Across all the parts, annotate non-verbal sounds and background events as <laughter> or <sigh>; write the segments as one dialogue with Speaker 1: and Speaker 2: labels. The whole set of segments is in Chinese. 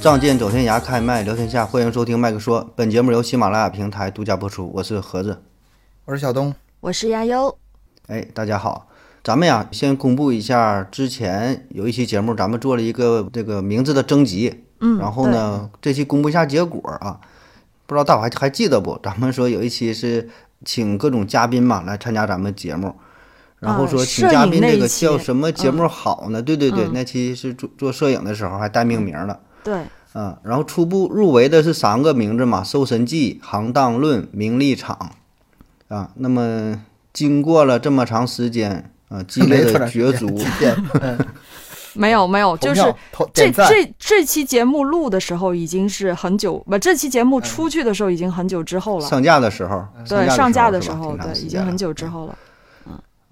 Speaker 1: 仗剑走天涯，开麦聊天下，欢迎收听麦克说。本节目由喜马拉雅平台独家播出，我是盒子。
Speaker 2: 我是小东，
Speaker 3: 我是亚优，
Speaker 1: 哎，大家好，咱们呀先公布一下，之前有一期节目咱们做了一个这个名字的征集，
Speaker 3: 嗯，
Speaker 1: 然后呢这期公布一下结果啊，不知道大伙还还记得不？咱们说有一期是请各种嘉宾嘛来参加咱们节目，然后
Speaker 3: 啊
Speaker 1: 说请
Speaker 3: 摄
Speaker 1: 嘉
Speaker 3: 影
Speaker 1: 宾
Speaker 3: 那
Speaker 1: 这
Speaker 3: 一
Speaker 1: 个
Speaker 3: 期
Speaker 1: 叫什么节目好呢？对对对，
Speaker 3: 嗯
Speaker 1: 那期是做做摄影的时候还带命名了。
Speaker 3: 对，对，
Speaker 1: 嗯，然后初步入围的是三个名字嘛，《搜神记》《行当论》《名利场》啊。那么经过了这么长时间啊，
Speaker 2: <laughs>
Speaker 1: 激烈
Speaker 2: 没多
Speaker 1: 的
Speaker 2: 长时
Speaker 1: 角
Speaker 2: 间
Speaker 1: 逐，
Speaker 2: 点嗯，
Speaker 3: 没有没有，
Speaker 2: 投
Speaker 3: 就是
Speaker 2: 票投
Speaker 3: 这
Speaker 2: 点赞，
Speaker 3: 这这期节目录的时候已经是很久，不，这期节目出去的时候已经很久之后了，
Speaker 1: <laughs> 上架的时候，
Speaker 2: 嗯
Speaker 3: 对，上
Speaker 1: 上
Speaker 3: 架
Speaker 1: 的
Speaker 3: 的时候，对，已经很
Speaker 1: 久。
Speaker 3: 久之后了，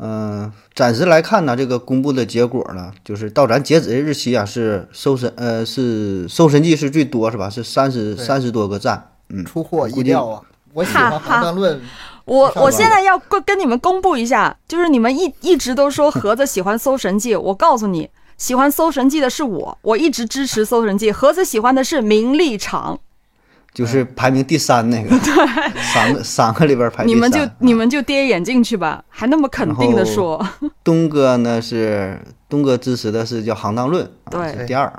Speaker 1: 嗯，暂时来看呢，这个公布的结果呢，就是到咱截止的日期啊，是搜神呃是《搜神记》是最多是吧？是三十
Speaker 2: 对
Speaker 1: 三十多个赞，嗯，
Speaker 2: 出乎我意料啊！我喜
Speaker 3: 哈
Speaker 2: 欢
Speaker 3: 哈
Speaker 2: 行当论，
Speaker 3: 我
Speaker 2: 上
Speaker 3: 我
Speaker 2: 架
Speaker 3: 现在要跟跟你们公布一下，就是你们一一直都说盒子喜欢《搜神记》，我告诉你，喜欢《搜神记》的是我，我一直支持《搜神记》，盒子喜欢的是《名利场
Speaker 1: 就是排名第三
Speaker 3: <laughs>
Speaker 1: 那个，对，三个三个里边排》，第
Speaker 3: 你
Speaker 1: 三。
Speaker 3: 们就
Speaker 1: 啊
Speaker 3: 你们就跌眼镜去吧，还那么肯定的说，
Speaker 1: 东哥呢是东哥支持的是叫行当论，啊
Speaker 3: 对
Speaker 1: 是第二啊。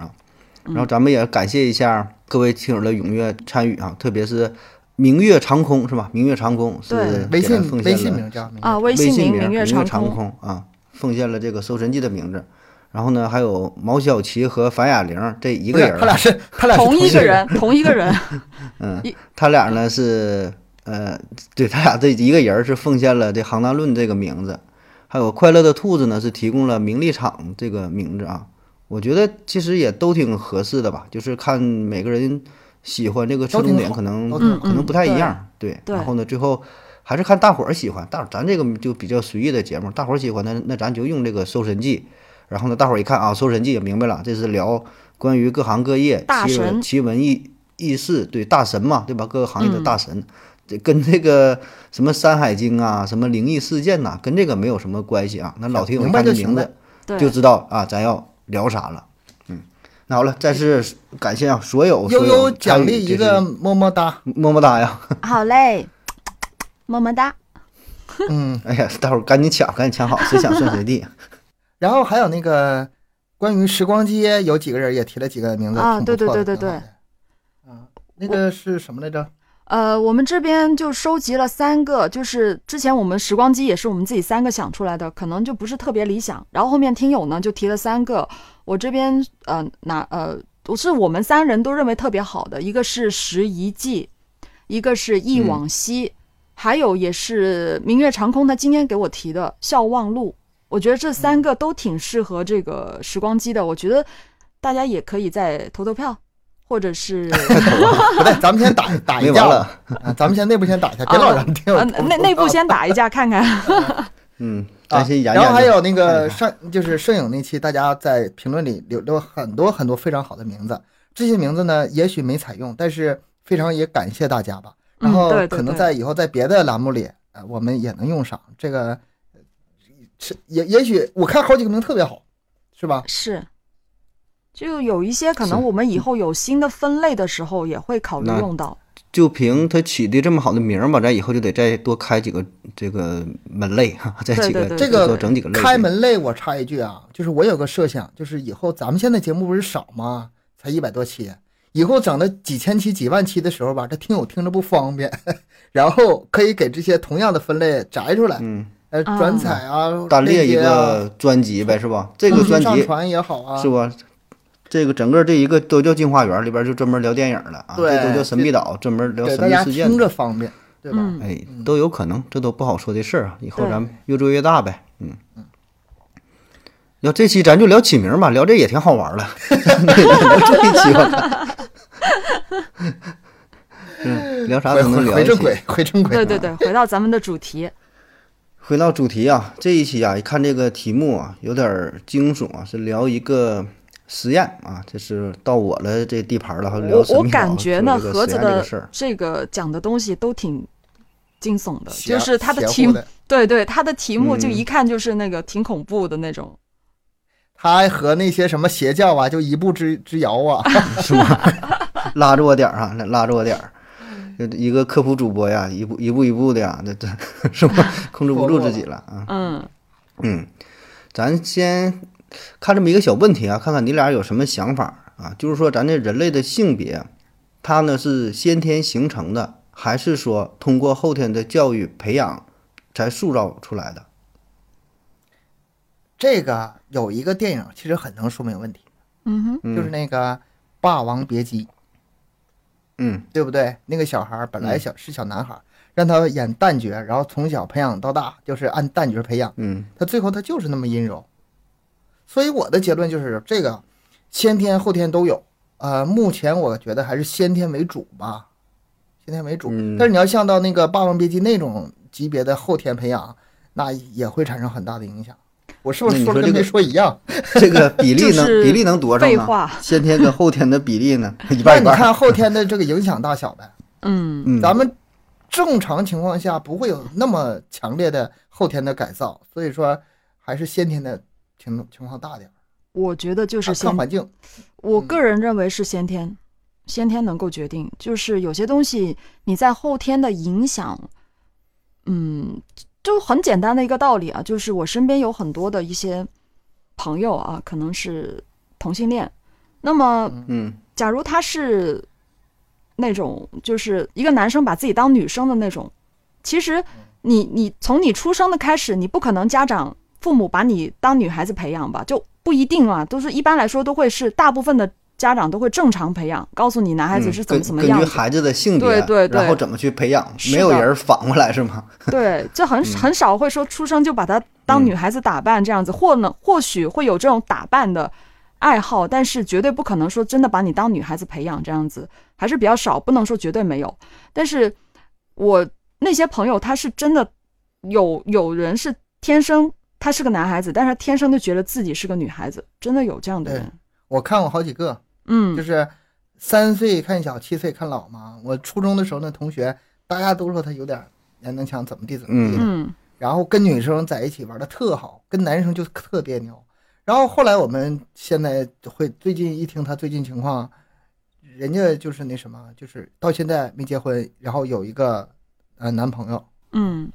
Speaker 2: 嗯
Speaker 1: 然后咱们也感谢一下各位听友的踊跃参与啊，特别是明月长空是吧？明月长空是
Speaker 3: 对
Speaker 2: 微
Speaker 1: 给咱
Speaker 2: 信
Speaker 1: 奉
Speaker 2: 微
Speaker 1: 献
Speaker 2: 信
Speaker 1: 了
Speaker 2: 名叫名
Speaker 3: 啊，微
Speaker 1: 微
Speaker 3: 信名
Speaker 1: 名
Speaker 3: 明月
Speaker 1: 长
Speaker 3: 长空。
Speaker 1: 空啊，奉献了这个《搜神记》的名字。然后呢，还有毛小琪和樊雅玲这一
Speaker 2: 一
Speaker 1: 个人儿，啊
Speaker 2: 他俩是他俩是
Speaker 3: 同一
Speaker 2: 个
Speaker 3: 个，人，同一个人，
Speaker 1: 嗯
Speaker 3: 一，
Speaker 1: 他俩呢是呃，对他俩这一个人儿是奉献了这“行当论”这个名字，还有快乐的兔子呢是提供了“名利场”这个名字啊。我觉得其实也都挺合适的吧，就是看每个人喜欢这个侧
Speaker 2: 都挺
Speaker 1: 重点
Speaker 2: 好
Speaker 1: 可能
Speaker 2: 都挺
Speaker 3: 嗯
Speaker 2: 好
Speaker 1: 可能
Speaker 3: 嗯，
Speaker 1: 不太一
Speaker 3: 对
Speaker 1: 样，对。
Speaker 3: 对
Speaker 1: 然后呢，最后还是看大伙儿喜欢，大伙儿咱这个就比较随意的节目，大伙儿喜欢那那咱就用这个《搜神记》，然后呢，大伙儿一看啊，《搜神记》也明白了，这是聊关于各行各业
Speaker 3: 大
Speaker 1: 奇
Speaker 3: 神
Speaker 1: 闻奇闻异异事，对大神嘛，对吧？各个行业的
Speaker 3: 嗯
Speaker 1: 大神，这跟这个什么《山海经》啊，什么灵异事件呐、跟这个没有什么关系啊。那老听友一
Speaker 2: 明白
Speaker 1: 看这
Speaker 2: 就行
Speaker 1: 名字
Speaker 2: 了
Speaker 3: 对，
Speaker 1: 就知道啊，咱要聊啥了。嗯，那好了，再次感谢啊所有
Speaker 2: 悠
Speaker 1: 所
Speaker 2: 悠
Speaker 1: 有
Speaker 2: 奖
Speaker 1: 参与
Speaker 2: 励一
Speaker 1: 这
Speaker 2: 个
Speaker 1: 次
Speaker 2: 么么哒，
Speaker 1: 么么哒呀。 <laughs>
Speaker 3: 好嘞，么么哒。
Speaker 2: 嗯，
Speaker 1: 哎呀，待会儿赶紧抢，赶紧抢好，谁抢算谁
Speaker 2: <laughs>
Speaker 1: 地。
Speaker 2: 然后还有那个关于时光机，有几个人也提了几个名字
Speaker 3: 啊
Speaker 2: 挺不错的
Speaker 3: 对对
Speaker 2: 挺
Speaker 3: 对对，
Speaker 2: 好的啊，那个是什么来着？
Speaker 3: 呃，我们这边就收集了三个，就是之前我们时光机也是我们自己三个想出来的，可能就不是特别理想。然后后面听友呢就提了三个，我这边呃拿呃是我们三人都认为特别好的，一个是《拾遗记》，一个是《忆往昔》还有也是明月长空，他今天给我提的《笑忘录》，我觉得这三个都挺适合这个时光机的。我觉得大家也可以再投投票，或者是
Speaker 2: 不对，咱们
Speaker 1: <laughs>
Speaker 2: 先打打
Speaker 1: 没
Speaker 2: 一
Speaker 1: 完
Speaker 2: 架
Speaker 1: 了，
Speaker 2: 啊，咱们先内部先打一下，别老让听友
Speaker 3: 呃内内部先打一架
Speaker 1: <laughs>
Speaker 3: 看看。
Speaker 1: 嗯，咱先研究。
Speaker 2: 啊然后还有那
Speaker 1: 看一
Speaker 2: 个
Speaker 1: 看
Speaker 2: 上就是摄影那期，大家在评论里留了很多很多非常好的名字，这些名字呢也许没采用，但是非常也感谢大家吧。然后
Speaker 3: 嗯对对
Speaker 2: 可能
Speaker 3: 对
Speaker 2: 在以后在别的栏目里，呃，我们也能用上这个，呃是也也许我看好几个名字特别好，是吧？
Speaker 3: 是，就有一些可能
Speaker 1: 是
Speaker 3: 我们以后有新的分类的时候也会考虑
Speaker 1: 那
Speaker 3: 用到。
Speaker 1: 就凭他起的这么好的名儿吧，咱以后就得再多开几个这个门类，哈，再几个
Speaker 3: 对对对
Speaker 2: 这个
Speaker 1: 多整几个类别。
Speaker 2: 开门类，我插一句啊，就是我有个设想，就是以后咱们现在节目不是少吗？才一百多期，以后整到几千期、几万期的时候吧，这听友听着不方便， <laughs> 然后可以给这些同样的分类摘出来，
Speaker 1: 嗯，
Speaker 2: 呃，
Speaker 3: 啊
Speaker 2: 转采啊，
Speaker 1: 单列
Speaker 2: 链
Speaker 1: 一
Speaker 2: 接啊
Speaker 1: 个专辑呗，是吧？这
Speaker 2: 这
Speaker 1: 个专
Speaker 2: 嗯上
Speaker 1: 辑
Speaker 2: 传也好啊，
Speaker 1: 是吧？这个整个这一个都叫《镜花缘》，里边就专门聊电影了啊，
Speaker 2: 对
Speaker 1: 这都叫神秘岛，专门聊
Speaker 2: 给
Speaker 1: 神
Speaker 2: 大
Speaker 1: 秘
Speaker 2: 家
Speaker 1: 事件
Speaker 2: 听
Speaker 1: 的。
Speaker 2: 着方便，对吧？
Speaker 3: 嗯，
Speaker 1: 哎，都有可能，这都不好说的事儿啊。以后
Speaker 3: 对
Speaker 1: 咱越做越大呗，嗯。要这期咱就聊起名吧，聊这也挺好玩
Speaker 3: <laughs>
Speaker 1: 儿的， <laughs> 聊这一期吧。嗯，聊啥
Speaker 2: 回
Speaker 1: 都能聊一
Speaker 2: 回回
Speaker 1: 起
Speaker 2: 正。轨， <laughs> 回正轨。
Speaker 3: 对对对，回到咱们的主题，
Speaker 1: 回到主题啊，这一期啊，一看这个题目啊，有点儿惊悚啊，是聊一个实验啊，这是到我了这地盘了，还聊
Speaker 3: 我
Speaker 1: 神
Speaker 3: 我
Speaker 1: 秘
Speaker 3: 感
Speaker 1: 岛
Speaker 3: 觉
Speaker 1: 说
Speaker 3: 呢，
Speaker 1: 这个
Speaker 3: 盒
Speaker 1: 实
Speaker 3: 子
Speaker 1: 验这个
Speaker 3: 的
Speaker 1: 事儿，
Speaker 3: 这个讲的东西都挺惊悚的，
Speaker 2: 邪
Speaker 3: 就是它的
Speaker 2: 邪乎
Speaker 3: 题目，
Speaker 2: 啊的
Speaker 3: 对对，它的题目就
Speaker 1: 嗯
Speaker 3: 一看就是那个挺恐怖的那种。
Speaker 2: 他和那些什么邪教啊，就一步之之遥啊。
Speaker 1: 是吗？拉着我点儿啊，拉着我点儿。
Speaker 3: 嗯
Speaker 1: 就一个科普主播呀，一步一步一步的呀，这 <laughs> 这是
Speaker 3: <laughs>
Speaker 1: 吧？控制不住自己了啊。
Speaker 3: 嗯
Speaker 1: 嗯，咱先看这么一个小问题啊，看看你俩有什么想法啊？就是说，咱这人类的性别，它呢是先天形成的，还是说通过后天的教育培养才塑造出来的？
Speaker 2: 这个有一个电影其实很能说明问题，
Speaker 3: 嗯哼，
Speaker 1: 嗯
Speaker 2: 就是那个《霸王别姬》，
Speaker 1: 嗯
Speaker 2: 对不对？那个小孩儿本来小、是小男孩儿，让他演旦角，然后从小培养到大，就是按旦角培养，
Speaker 1: 嗯
Speaker 2: 他最后他就是那么阴柔。所以我的结论就是这个，先天后天都有。呃，目前我觉得还是先天为主吧，先天为主。
Speaker 1: 嗯
Speaker 2: 但是你要像到那个《霸王别姬》那种级别的后天培养，那也会产生很大的影响。我是不
Speaker 1: 那
Speaker 2: 是
Speaker 1: 你
Speaker 2: 说
Speaker 1: 说
Speaker 2: 的
Speaker 1: 这
Speaker 2: 跟没
Speaker 1: 个
Speaker 2: 说一样？
Speaker 1: 这个比例
Speaker 3: <laughs> 就
Speaker 1: 能
Speaker 3: 是
Speaker 1: 比例能多少
Speaker 3: 废
Speaker 1: 呢？
Speaker 3: 话，
Speaker 1: 先天跟后天的比例
Speaker 3: <laughs>
Speaker 1: 呢？一
Speaker 2: 那
Speaker 1: 半一
Speaker 2: 你
Speaker 1: 半儿。
Speaker 2: 看后天的这个影响大小呗。
Speaker 3: 嗯
Speaker 1: 嗯，
Speaker 2: 咱们正常情况下不会有那么强烈的后天的改造，所以说还是先天的情情况大点儿，，
Speaker 3: 我觉得
Speaker 1: 啊
Speaker 3: 就是
Speaker 2: 看
Speaker 3: 先
Speaker 2: 看环境。
Speaker 3: 我
Speaker 2: 嗯
Speaker 3: 个人认为是先天，先天能够决定，就是有些东西你在后天的影响，嗯，就很简单的一个道理啊，就是我身边有很多的一些朋友啊，可能是同性恋，那么
Speaker 1: 嗯
Speaker 3: 假如他是那种就是一个男生把自己当女生的那种，其实
Speaker 1: 嗯
Speaker 3: 你你从你出生的开始，你不可能家长父母把你当女孩子培养吧，就不一定啊，都是一般来说都会是大部分的家长都会正常培养，告诉你男孩子
Speaker 1: 嗯
Speaker 3: 是怎么
Speaker 1: 根
Speaker 3: 怎么
Speaker 1: 根
Speaker 3: 样
Speaker 1: 据
Speaker 3: 子，
Speaker 1: 孩子的性别，
Speaker 3: 对对对
Speaker 1: 然后怎么去培养，
Speaker 3: 是
Speaker 1: 没有
Speaker 3: 的
Speaker 1: 人反过来是吗？
Speaker 3: 对，这很很少会说出生就把她当女孩子打扮这样子，或呢或许会有这种打扮的爱好，但是绝对不可能说真的把你当女孩子培养这样子，还是比较少，不能说绝对没有。但是我那些朋友，他是真的有有人是天生他是个男孩子，但是他天生就觉得自己是个女孩子，真的有这样的
Speaker 2: 对
Speaker 3: 人。
Speaker 2: 我看过好几个，就
Speaker 3: 嗯
Speaker 2: 是三岁看小，七岁看老嘛。我初中的时候那同学，大家都说他有点年能强，怎么地怎么地的。
Speaker 3: 嗯
Speaker 2: 然后跟女生在一起玩的特好，跟男生就特别扭。然后后来我们现在会最近一听他最近情况，人家就是那什么，就是到现在没结婚，然后有一个呃男朋友，
Speaker 3: 嗯，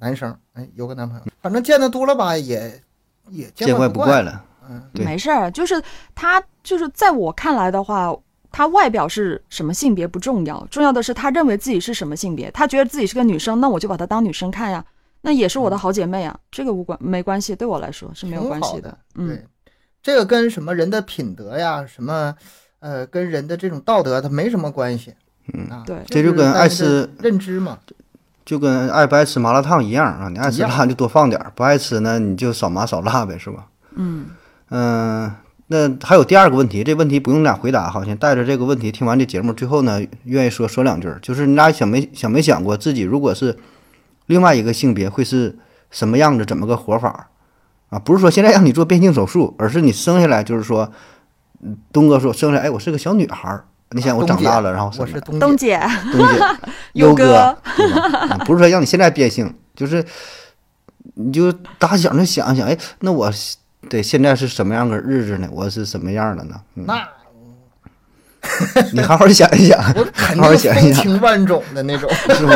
Speaker 2: 男生，哎，有个男朋友，反正见的多了吧，也也见
Speaker 1: 见怪不
Speaker 2: 不
Speaker 1: 怪了。
Speaker 2: 嗯，
Speaker 1: 对
Speaker 3: 没事儿，啊就是他就是在我看来的话，他外表是什么性别不重要，重要的是他认为自己是什么性别，他觉得自己是个女生，那我就把她当女生看呀，那也是我
Speaker 1: 嗯
Speaker 3: 的好姐妹啊，这个无关没关系，对我来说是没有
Speaker 2: 挺
Speaker 3: 关
Speaker 2: 好
Speaker 3: 系
Speaker 2: 的。
Speaker 3: 嗯
Speaker 2: 对，这个跟什么人的品德呀，什么呃，跟人的这种道德，它没什么关系。
Speaker 1: 嗯
Speaker 2: 啊，
Speaker 3: 对
Speaker 1: 这就跟
Speaker 2: 是大
Speaker 1: 爱
Speaker 2: 家
Speaker 1: 吃
Speaker 2: 认知嘛，
Speaker 1: 就跟爱不爱吃麻辣烫一样啊，你爱吃
Speaker 2: 一样
Speaker 1: 辣就多放点儿，不爱吃呢你就少麻少辣呗，是吧？
Speaker 3: 嗯，
Speaker 1: 嗯、那还有第二个问题，这问题不用你俩回答哈，先带着这个问题听完这节目，最后呢愿意说说两句儿，就是你俩想没想没想过自己如果是另外一个性别会是什么样子，怎么个活法儿啊？不是说现在让你做变性手术，而是你生下来就是说，嗯东哥说生下来哎我是个小女孩儿，你想
Speaker 2: 啊
Speaker 1: 我
Speaker 2: 东
Speaker 1: 长大
Speaker 2: 姐
Speaker 1: 了，然后什
Speaker 2: 我
Speaker 1: 么
Speaker 2: 是东
Speaker 3: 东
Speaker 2: 姐
Speaker 1: <laughs>
Speaker 3: 姐，
Speaker 1: 东西
Speaker 3: 优
Speaker 1: 哥
Speaker 3: 哥
Speaker 1: 对吧啊不是说让你现在变性，就是你就打小就想一想，哎，那我得现在是什么样的日子呢？我是什么样的呢？嗯，
Speaker 2: 那
Speaker 1: 你好好想一想，
Speaker 2: 我肯
Speaker 1: 好好
Speaker 2: 定
Speaker 1: 想
Speaker 2: 风
Speaker 1: 一想
Speaker 2: 情万种的
Speaker 1: <laughs>
Speaker 2: 那种。
Speaker 1: 是吗？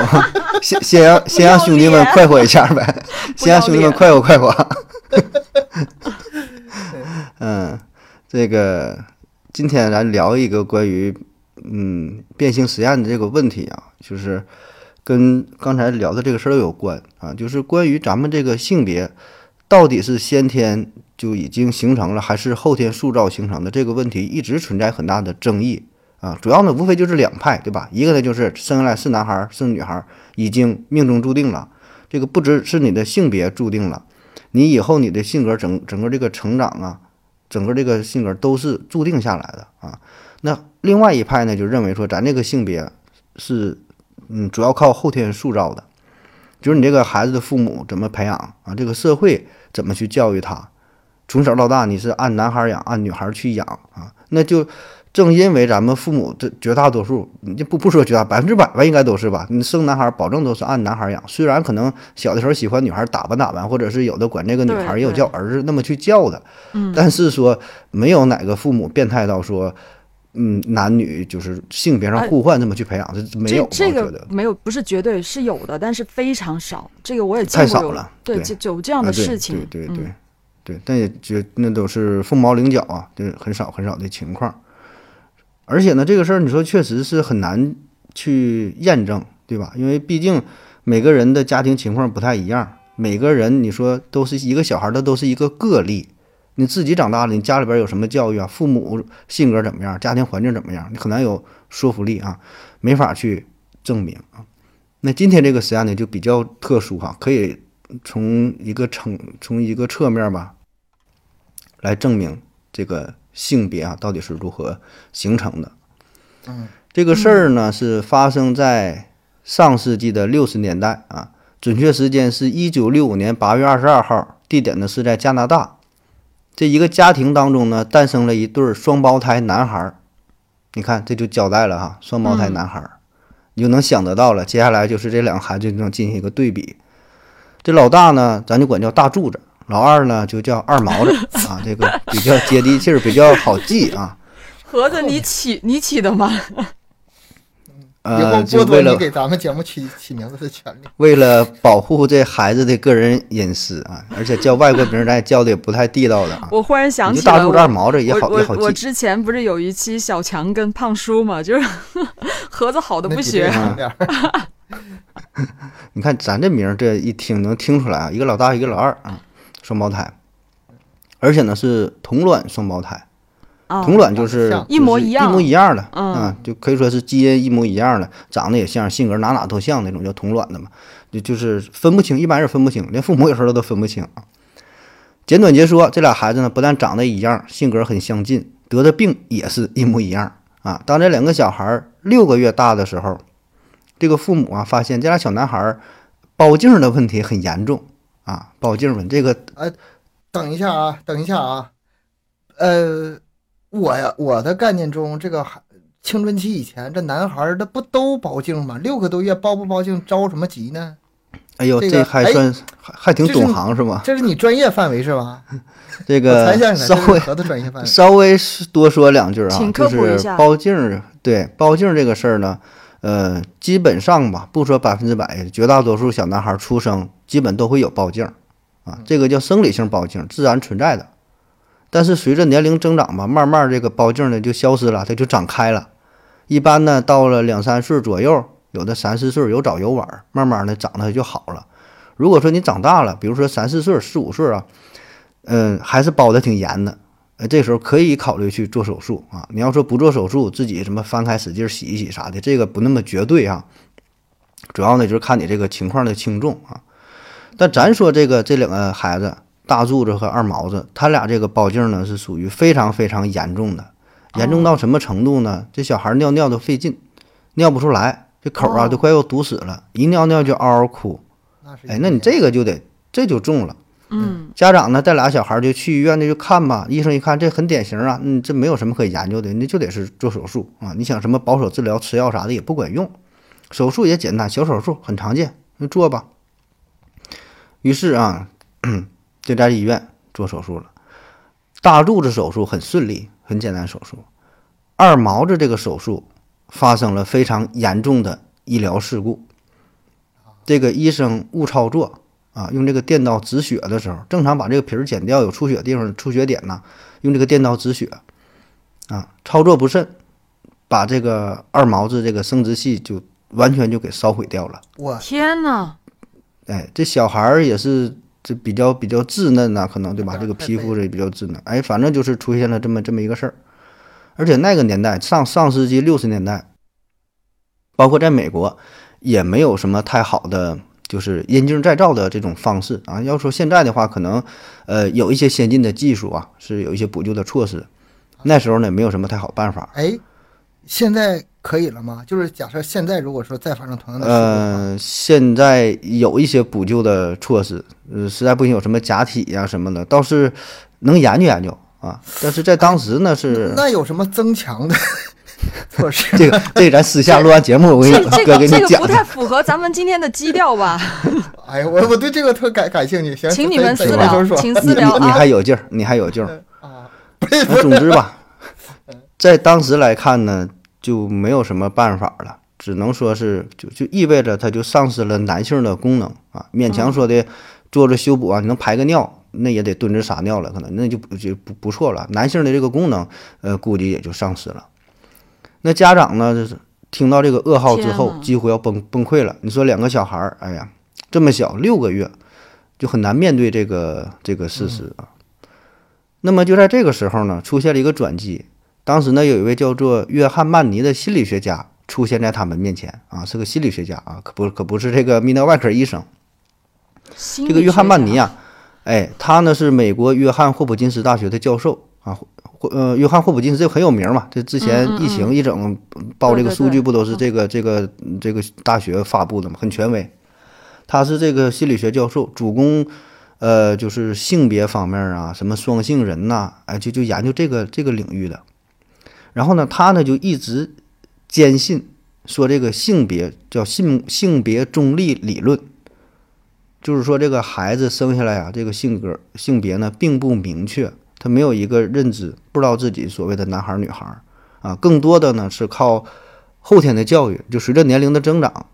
Speaker 1: 先先让先让兄弟们快活一下呗，
Speaker 3: 不
Speaker 1: 先
Speaker 3: 要脸
Speaker 1: 让兄弟们快活快活。
Speaker 3: <laughs>
Speaker 1: 嗯，这个今天咱聊一个关于嗯变性实验的这个问题啊，就是跟刚才聊的这个事儿有关啊，就是关于咱们这个性别到底是先天就已经形成了，还是后天塑造形成的这个问题，一直存在很大的争议。啊，主要呢无非就是两派，对吧？一个呢就是生下来是男孩儿是女孩儿，已经命中注定了，这个不只是你的性别注定了，你以后你的性格整整个这个成长啊，整个这个性格都是注定下来的啊。那另外一派呢就认为说，咱这个性别是嗯主要靠后天塑造的，就是你这个孩子的父母怎么培养啊，这个社会怎么去教育他，从小到大你是按男孩儿养，按女孩儿去养啊，那就正因为咱们父母这绝大多数，你就不不说绝大百分之百吧，应该都是吧。你生男孩儿保证都是按男孩儿养，虽然可能小的时候喜欢女孩儿打扮打扮，或者是有的管这个女
Speaker 3: 对
Speaker 1: 孩儿也有
Speaker 3: 对
Speaker 1: 叫儿子那么去叫的，
Speaker 3: 嗯
Speaker 1: 但是说没有哪个父母变态到说，嗯，男女就是性别上
Speaker 3: 哎
Speaker 1: 互换这么去培养，这这没有
Speaker 3: 这
Speaker 1: 吧，
Speaker 3: 这
Speaker 1: 我觉
Speaker 3: 个
Speaker 1: 得。
Speaker 3: 没有，不是绝对是有的，但是非常少。这个我也见
Speaker 1: 太
Speaker 3: 过
Speaker 1: 少
Speaker 3: 有，
Speaker 1: 了
Speaker 3: 对，
Speaker 1: 对
Speaker 3: 就有这样
Speaker 1: 啊，
Speaker 3: 的
Speaker 1: 对
Speaker 3: 事情。
Speaker 1: 对对
Speaker 3: 嗯
Speaker 1: 对、对，但也觉那都是凤毛麟角啊，就是很少很少的情况。而且呢，这个事儿你说确实是很难去验证，对吧？因为毕竟每个人的家庭情况不太一样，每个人你说都是一个小孩儿，他都是一个个例。你自己长大了，你家里边有什么教育啊？父母性格怎么样？家庭环境怎么样？你很难有说服力啊，没法去证明啊。那今天这个实验呢，就比较特殊哈、可以从一个层从一个侧面吧，来证明这个性别啊到底是如何形成的。
Speaker 2: 嗯，
Speaker 1: 这个事儿呢是发生在上世纪的六十年代啊，准确时间是一九六五年八月二十二号，地点呢是在加拿大。这一个家庭当中呢，诞生了一对儿双胞胎男孩儿。你看，这就交代了哈，双胞胎男孩儿，你就能想得到了。接下来就是这两个孩子能进行一个对比。这老大呢，咱就管叫大柱子；老二呢，就叫二毛子 <laughs> 啊。这个比较接地气儿，比较好记啊。
Speaker 3: 盒子，你起你起的吗？
Speaker 2: 以后
Speaker 1: 呃，就
Speaker 2: 剥夺
Speaker 1: 为
Speaker 2: 你
Speaker 1: 了
Speaker 2: 给咱们节目起起名字的权利。
Speaker 1: 为了保护这孩子的个人隐私啊，而且叫外国名儿咱也叫的也不太地道的啊。
Speaker 3: 我忽然想
Speaker 1: 你
Speaker 3: 起
Speaker 1: 就大
Speaker 3: 了
Speaker 1: 柱
Speaker 3: 我
Speaker 1: 子、二毛子也
Speaker 3: 我
Speaker 1: 好也好
Speaker 3: 我我
Speaker 1: 记。
Speaker 3: 之前不是有一期小强跟胖叔嘛， <laughs> 就是盒子好的
Speaker 2: 那
Speaker 3: 不
Speaker 2: 比这个
Speaker 3: 学，
Speaker 2: 好点儿
Speaker 1: 嗯你看咱这名儿这一听能听出来啊，一个老大一个老二啊，双胞胎，而且呢是同卵双胞胎。
Speaker 2: 哦
Speaker 3: 啊，
Speaker 1: 同卵就是
Speaker 2: 像
Speaker 1: 就是
Speaker 3: 一模一样
Speaker 1: 一模一样的，
Speaker 3: 嗯
Speaker 1: 啊，就可以说是基因一模一样的，长得也像，性格哪哪都像那种叫同卵的嘛，就就是分不清，一般人分不清，连父母有时候都分不清啊。简短截说，这俩孩子呢，不但长得一样，性格很相近，得的病也是一模一样啊。当这两个小孩儿六个月大的时候，这个父母啊发现这俩小男孩儿包茎儿的问题很严重啊，包茎儿问这个
Speaker 2: <laughs> 等一下啊，等一下啊，呃，我呀，我的概念中，这个孩青春期以前，这男孩儿他不都包茎吗？六个多月包不包茎，着什么急呢？
Speaker 1: 哎呦，
Speaker 2: 这
Speaker 1: 这
Speaker 2: 个
Speaker 1: 还
Speaker 2: 哎
Speaker 1: 算还还挺
Speaker 2: 这是
Speaker 1: 懂行是吧？
Speaker 2: 这是你专业范围是吧？
Speaker 1: 这
Speaker 2: 我才想
Speaker 1: 个
Speaker 2: 起来，
Speaker 1: 呃稍
Speaker 2: 这
Speaker 1: 微
Speaker 2: 是何的
Speaker 1: <laughs>
Speaker 2: 专业范围。
Speaker 1: 稍微多说两句啊
Speaker 3: 请，
Speaker 1: 就
Speaker 3: 科普一
Speaker 1: 是
Speaker 3: 下
Speaker 1: 包茎儿，对包茎儿这个事儿呢，呃，基本上吧，不说百分之百，绝大多数小男孩出生基本都会有包茎儿啊，这个叫生理性包茎，自然存在的。但是随着年龄增长吧，慢慢这个包茎儿呢就消失了，它就长开了。一般呢，到了两三岁左右，有的三四岁有早有晚儿，慢慢的长得就好了。如果说你长大了，比如说三四岁、四五岁啊，嗯，还是包的挺严的，呃，这时候可以考虑去做手术啊。你要说不做手术，自己什么翻开使劲洗一洗啥的，这个不那么绝对啊。主要呢就是看你这个情况的轻重啊。但咱说这个这两个孩子，大柱子和二毛子，他俩这个包茎呢是属于非常非常严重的，严重到什么程度呢？这小孩尿尿都费劲，尿不出来，这口啊
Speaker 3: 哦
Speaker 1: 都快要堵死了，一尿尿就嗷嗷哭。
Speaker 2: 那是一
Speaker 1: 哎，那你这个就得这就重了。
Speaker 3: 嗯，
Speaker 1: 家长呢带俩小孩儿就去医院那就看吧，医生一看这很典型啊，嗯，这没有什么可研究的，你就得是做手术啊。你想什么保守治疗、吃药啥的也不管用，手术也简单，小手术很常见，那做吧。于是啊，就在医院做手术了。大柱子手术很顺利，很简单手术。二毛子这个手术发生了非常严重的医疗事故，这个医生误操作，啊，用这个电刀止血的时候，正常把这个皮儿剪掉，有出血地方、出血点呐，用这个电刀止血，啊，操作不慎，把这个二毛子这个生殖器就完全就给烧毁掉了。
Speaker 2: 我
Speaker 3: 天呐，
Speaker 1: 哎，这小孩儿也是这比较比较稚嫩啊呐、可能对吧？
Speaker 2: 对
Speaker 1: 这个
Speaker 2: 太
Speaker 1: 皮
Speaker 2: 肥
Speaker 1: 肤这比较稚嫩，哎，反正就是出现了这么这么一个事儿。而且那个年代，上上世纪六十年代，包括在美国，也没有什么太好的就是阴茎再造的这种方式啊。要说现在的话，可能呃有一些先进的技术啊，是有一些补救的措施。那时候呢，没有什么太好办法。
Speaker 2: 哎，现在可以了吗？就是假设现在如果说再发生同样的事故的话，
Speaker 1: 呃，现在有一些啊补救的措施，呃，实在不行有什么假体呀、什么的，倒是能研究研究啊。但是在当时呢是
Speaker 2: 那有什么增
Speaker 1: <laughs>
Speaker 2: 强的措施？
Speaker 1: 这个，这个咱私下录完节目，我给你
Speaker 3: 这这
Speaker 1: 哥
Speaker 3: 个
Speaker 1: 给你
Speaker 3: 这个
Speaker 1: 讲
Speaker 3: 不。太符合咱们今天的基调吧？
Speaker 2: 哎呀，我我对这个特 <laughs> 感感兴趣，行，
Speaker 3: 请你
Speaker 2: 咱
Speaker 3: 们
Speaker 2: 咱
Speaker 3: 私
Speaker 2: 回头
Speaker 3: 聊，
Speaker 2: 说
Speaker 3: 请
Speaker 1: 你
Speaker 3: 私
Speaker 1: 你
Speaker 3: 聊
Speaker 1: 你
Speaker 3: 啊
Speaker 1: 还！有劲儿，你还有劲儿。
Speaker 2: 啊，
Speaker 1: 那总之吧，在当时来看呢，就没有什么办法了，只能说是就就意味着它就丧失了男性的功能啊。勉强说的坐着修补啊，你能排个尿，那也得蹲着撒尿了，可能那就不就不不错了。男性的这个功能，呃，估计也就丧失了。那家长呢，就是听到这个噩耗之后
Speaker 3: 天，呐
Speaker 1: 几乎要崩崩溃了。你说两个小孩儿，哎呀，这么小，六个月，就很难面对这个这个事实啊。那么就在这个时候呢，出现了一个转机。当时呢，有一位叫做约翰曼尼的心理学家出现在他们面前啊，是个心理学家啊，可不可不是这个泌尿外科医生。
Speaker 3: 心
Speaker 1: 这个
Speaker 3: 理
Speaker 1: 约翰
Speaker 3: 学
Speaker 1: 曼
Speaker 3: 家
Speaker 1: 尼啊，哎，他呢是美国约翰霍普金斯大学的教授啊，霍呃，约翰霍普金斯这个很有名嘛，这之前
Speaker 3: 嗯嗯
Speaker 1: 疫情一整报这个
Speaker 3: 对对
Speaker 1: 数据
Speaker 3: 对嗯
Speaker 1: 不都是这个这个这个大学发布的嘛，很权威。他是这个心理学教授，主攻呃就是性别方面啊，什么双性人呐、哎，就就研究这个这个领域的。然后呢，他呢就一直坚信说这个性别叫性性别中立理论。就是说这个孩子生下来啊，这个性格性别呢并不明确，他没有一个认知，不知道自己所谓的男孩儿女孩儿啊，更多的呢是靠后天的教育，就随着年龄的增长，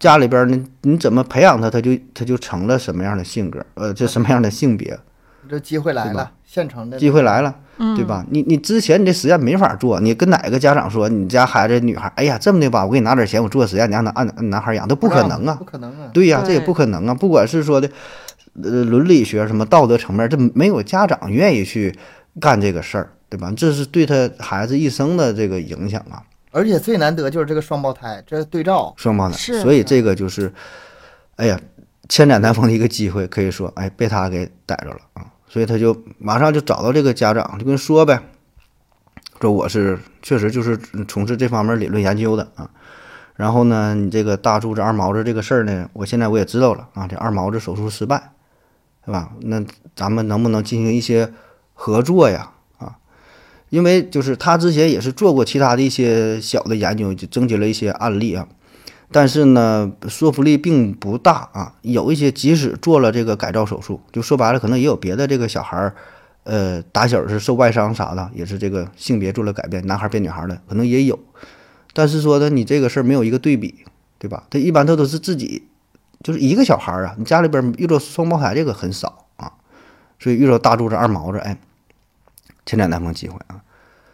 Speaker 1: 家里边儿你你怎么培养他，他就他就成了什么样的性格，呃，这什么样的性别，
Speaker 2: 这机会来
Speaker 1: 对吧
Speaker 2: 了，现成的
Speaker 1: 机会来了，对吧？你你之前你这实验没法做，你跟哪个家长说你家孩子女孩儿，哎呀这么的吧，我给你拿点钱，我做实验，你让他按按男孩儿养，都不可
Speaker 2: 让
Speaker 1: 能啊
Speaker 2: 不，可能啊，
Speaker 1: 对呀、这也
Speaker 3: 对
Speaker 1: 不可能啊！不管是说的，呃，伦理学什么道德层面，这没有家长愿意去干这个事儿，对吧？这是对他孩子一生的这个影响啊，
Speaker 2: 而且最难得就是这个双胞胎，这对照，
Speaker 1: 双胞胎。
Speaker 3: 是
Speaker 1: 所以这个就是，哎呀，千载难逢的一个机会，可以说，哎，被他给逮着了啊！所以他就马上就找到这个家长，就跟说呗，说我是确实就是从事这方面理论研究的啊。然后呢，你这个大柱子二毛子这个事儿呢，我现在我也知道了啊，这二毛子手术失败，对吧？那咱们能不能进行一些合作呀？啊，因为就是他之前也是做过其他的一些小的研究，就征集了一些案例啊，但是呢，说服力并不大啊。有一些即使做了这个改造手术，就说白了，可能也有别的这个小孩儿。呃，打小是受外伤啥的，也是这个性别做了改变，男孩儿变女孩儿了，可能也有。但是说呢，你这个事儿没有一个对比，对吧？他一般他都是自己，就是一个小孩儿啊，你家里边儿遇到双胞胎这个很少啊，所以遇到大柱子、二毛子，哎，千载难逢机会啊！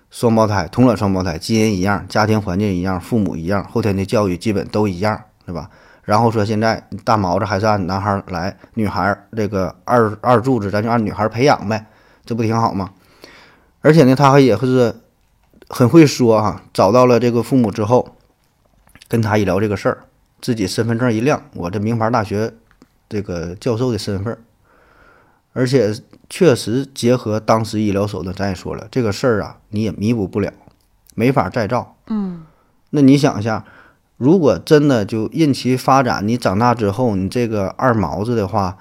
Speaker 1: 双胞胎，同卵双胞胎，基因一样，家庭环境一样，父母一样，后天的教育基本都一样，对吧？然后说现在大毛子还是按男孩儿来，女孩儿这个二二柱子咱就按女孩儿培养呗，这不挺好吗？而且呢，他还也是很会说啊，找到了这个父母之后，跟他一聊这个事儿，自己身份证一亮，我这名牌大学这个教授的身份儿，而且确实结合当时医疗手段，咱也说了，这个事儿啊，你也弥补不了，没法再造。嗯，那你想一下，如果真的就任其发展，你长大之后，你这个二毛子的话，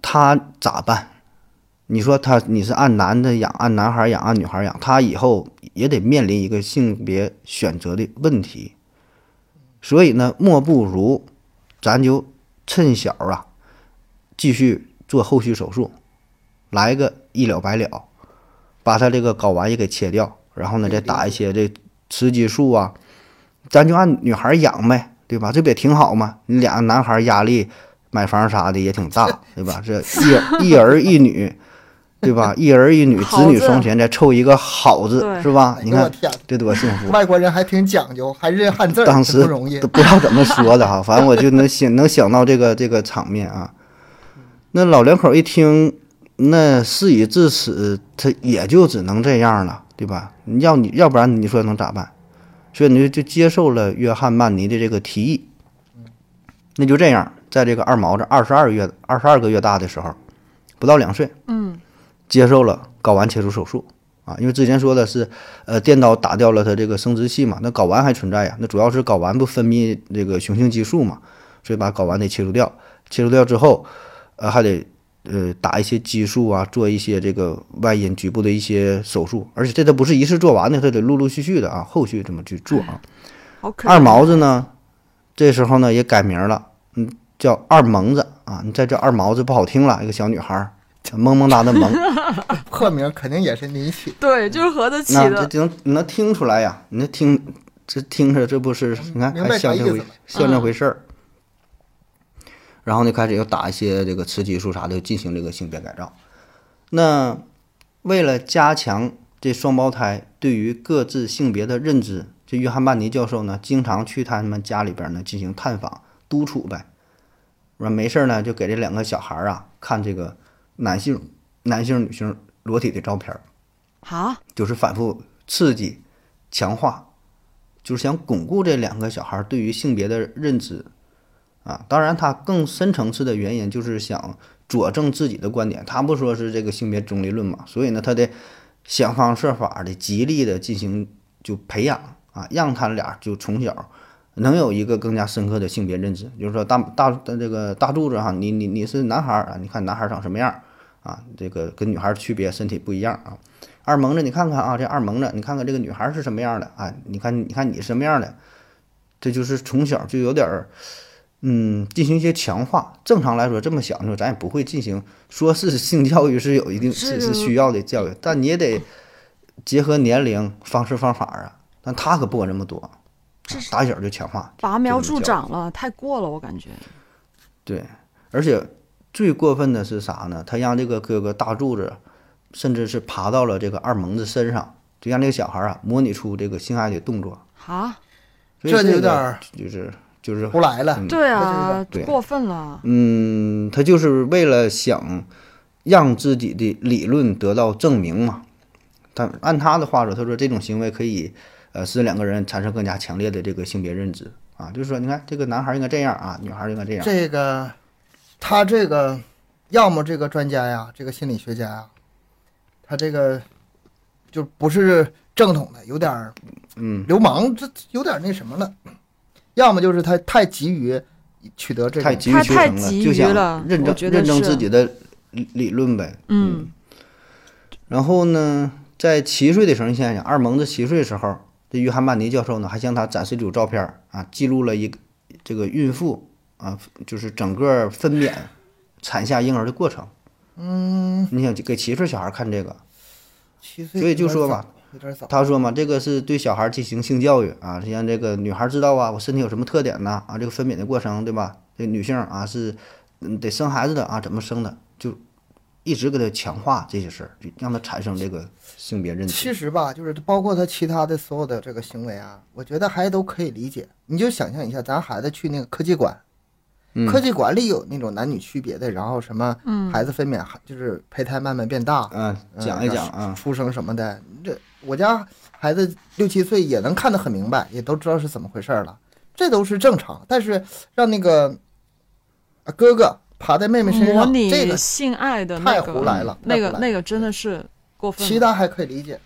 Speaker 1: 他咋办？你说他你是按男的养，按男孩养，按女孩养，他以后也得面临一个性别选择的问题。所以呢，莫不如咱就趁小啊，继续做后续手术，来个一了百了，把他这个睾丸也给切掉，然后呢再打一些这雌激素啊，咱就按女孩养呗，对吧？这不也挺好吗？你俩男孩压力。买房啥的也挺大，对吧？这一 <laughs> 一儿一女，对吧？一儿一
Speaker 3: <laughs>
Speaker 1: 女，子
Speaker 3: 好
Speaker 1: 女
Speaker 3: 字
Speaker 1: 双全，再凑一个好字，
Speaker 3: 对
Speaker 1: 是吧
Speaker 2: 哎？
Speaker 1: 你
Speaker 2: 呦我
Speaker 1: 看
Speaker 2: 天，
Speaker 1: 这多幸福！啊
Speaker 2: 外国人还挺讲究，还认汉字儿，
Speaker 1: 当
Speaker 2: 挺
Speaker 1: 时
Speaker 2: 不容易
Speaker 1: 都。不知道怎么说的哈，反正我就能想能想到这个这个场面啊。那老两口一听，那事已至此，他也就只能这样了，对吧？你要你要不然你说能咋办？所以你就就接受了约翰曼尼的这个提议。那就这样，在这个二毛子二十二月二十二个月大的时候，不到两岁，嗯，接受了睾丸切除手术啊，因为之前说的是呃，电刀打掉了它这个生殖器嘛，那睾丸还存在呀。那主要是睾丸不分泌这个雄性激素嘛，所以把睾丸得切除掉。切除掉之后，呃，还得呃打一些激素啊，做一些这个外阴局部的一些手术，而且这都不是一次做完的，它得陆陆续续的啊，后续怎么去做啊？
Speaker 3: 好可
Speaker 1: 二
Speaker 3: 爱。
Speaker 1: 毛子呢，这时候呢也改名了，嗯，叫二萌子啊，你再叫二毛子不好听了，一个小女孩儿，萌萌哒的萌，
Speaker 2: 破名肯定也是你起，
Speaker 3: 对，就是盒子起
Speaker 1: 那这
Speaker 3: 的，
Speaker 1: 就能你能听出来呀？你能听这听着，这不是你看
Speaker 2: 明白
Speaker 1: 还像
Speaker 2: 啥
Speaker 1: 这
Speaker 2: 意
Speaker 1: 回
Speaker 2: 思了
Speaker 1: 像
Speaker 3: 嗯
Speaker 1: 这回事儿。然后呢，开始又打一些这个雌激素啥的，进行这个性别改造。那为了加强这双胞胎对于各自性别的认知，这约翰曼尼教授呢，经常去他们家里边呢进行探访督促呗。完没事儿呢，就给这两个小孩儿啊看这个男性、男性、女性裸体的照片儿。
Speaker 3: 啊，
Speaker 1: 就是反复刺激、强化，就是想巩固这两个小孩对于性别的认知啊。当然，他更深层次的原因就是想佐证自己的观点。他不说是这个性别中立论嘛，所以呢，他得想方设法的极力的进行就培养啊，让他俩就从小。能有一个更加深刻的性别认知，就是说大大这个大柱子哈，你你你是男孩儿啊，你看男孩儿长什么样儿啊，这个跟女孩儿区别，身体不一样啊，二萌子，你看看啊，这二萌子，你看看这个女孩是什么样的啊？你看，你看你什么样的？这就是从小就有点儿，嗯，进行一些强化。正常来说，这么小的时候，咱也不会进行说是性教育是有一定是
Speaker 3: 是
Speaker 1: 是需要的教育，但你也得结合年龄、方式方法啊。但他可不管这么多，啊
Speaker 3: 这是
Speaker 1: 打小就强化。
Speaker 3: 拔苗助
Speaker 1: 这种
Speaker 3: 长了，太过了，我感觉。
Speaker 1: 对，而且最过分的是啥呢？他让这个哥哥大柱子，甚至是爬到了这个二萌子身上，就让这个小孩啊模拟出这个性爱的动作。
Speaker 3: 啊，
Speaker 1: 所以
Speaker 2: 这就有
Speaker 1: 个
Speaker 2: 点儿
Speaker 1: 就是就是
Speaker 2: 胡来了。
Speaker 3: 对
Speaker 2: 那
Speaker 3: 啊
Speaker 2: 就，
Speaker 1: 嗯对
Speaker 3: 过分了。
Speaker 1: 嗯，他就是为了想让自己的理论得到证明嘛。但按他的话说，他说这种行为可以，呃，使两个人产生更加强烈的这个性别认知啊，就是说，你看这个男孩应该这样啊，女孩应该这样。
Speaker 2: 这个，他这个，要么这个专家呀，这个心理学家呀，他这个就不是正统的，有点儿
Speaker 1: 嗯，
Speaker 2: 流氓，这有点那什么了。要么就是他太急于取得这
Speaker 1: 太
Speaker 2: 个，
Speaker 1: 急于求
Speaker 3: 他太
Speaker 1: 成
Speaker 3: 急于
Speaker 1: 就
Speaker 3: 了
Speaker 1: 想认
Speaker 3: 我
Speaker 1: 证
Speaker 3: 觉得
Speaker 1: 认证
Speaker 3: 是
Speaker 1: 自己的理理论呗。
Speaker 3: 嗯，
Speaker 1: 然后呢，在七岁的时候，你想想，二萌子七岁的时候，这约翰曼尼教授呢还向他展示一组照片儿啊，记录了一个这个孕妇啊，就是整个分娩、产下婴儿的过程。嗯，你想给七岁小孩看这个，
Speaker 2: 七岁
Speaker 1: 所以就
Speaker 2: 有点
Speaker 1: 说
Speaker 2: 早
Speaker 1: 吧，
Speaker 2: 有点早。
Speaker 1: 他说嘛，这个是对小孩进行性教育啊，让这个女孩知道啊，我身体有什么特点呐啊，这个分娩的过程对吧？这女性啊是嗯得生孩子的啊，怎么生的，就一直给他强化这些事儿，就让他产生这个性别认知。
Speaker 2: 其实吧，就是包括他其他的所有的这个行为啊，我觉得还都可以理解。你就想象一下，咱孩子去那个科技馆，
Speaker 1: 嗯
Speaker 2: 科技馆里有那种男女区别的，然后什么
Speaker 3: 嗯
Speaker 2: 孩子分娩，就是胚胎慢慢变大，
Speaker 1: 啊，
Speaker 2: 嗯
Speaker 1: 讲一
Speaker 2: 然
Speaker 1: 讲
Speaker 2: 后
Speaker 1: 啊，
Speaker 2: 出生什么的。这我家孩子六七岁也能看得很明白，也都知道是怎么回事儿了，这都是正常。但是让那个啊哥哥爬在妹妹身
Speaker 3: 嗯模
Speaker 2: 上，嗯这
Speaker 3: 拟
Speaker 2: 个
Speaker 3: 性爱的那
Speaker 2: 太
Speaker 3: 个
Speaker 2: 胡来了，
Speaker 3: 那
Speaker 2: 太
Speaker 3: 个
Speaker 2: 胡来
Speaker 3: 那
Speaker 2: 了
Speaker 3: 个真的是过分了。
Speaker 2: 其他还可以理解。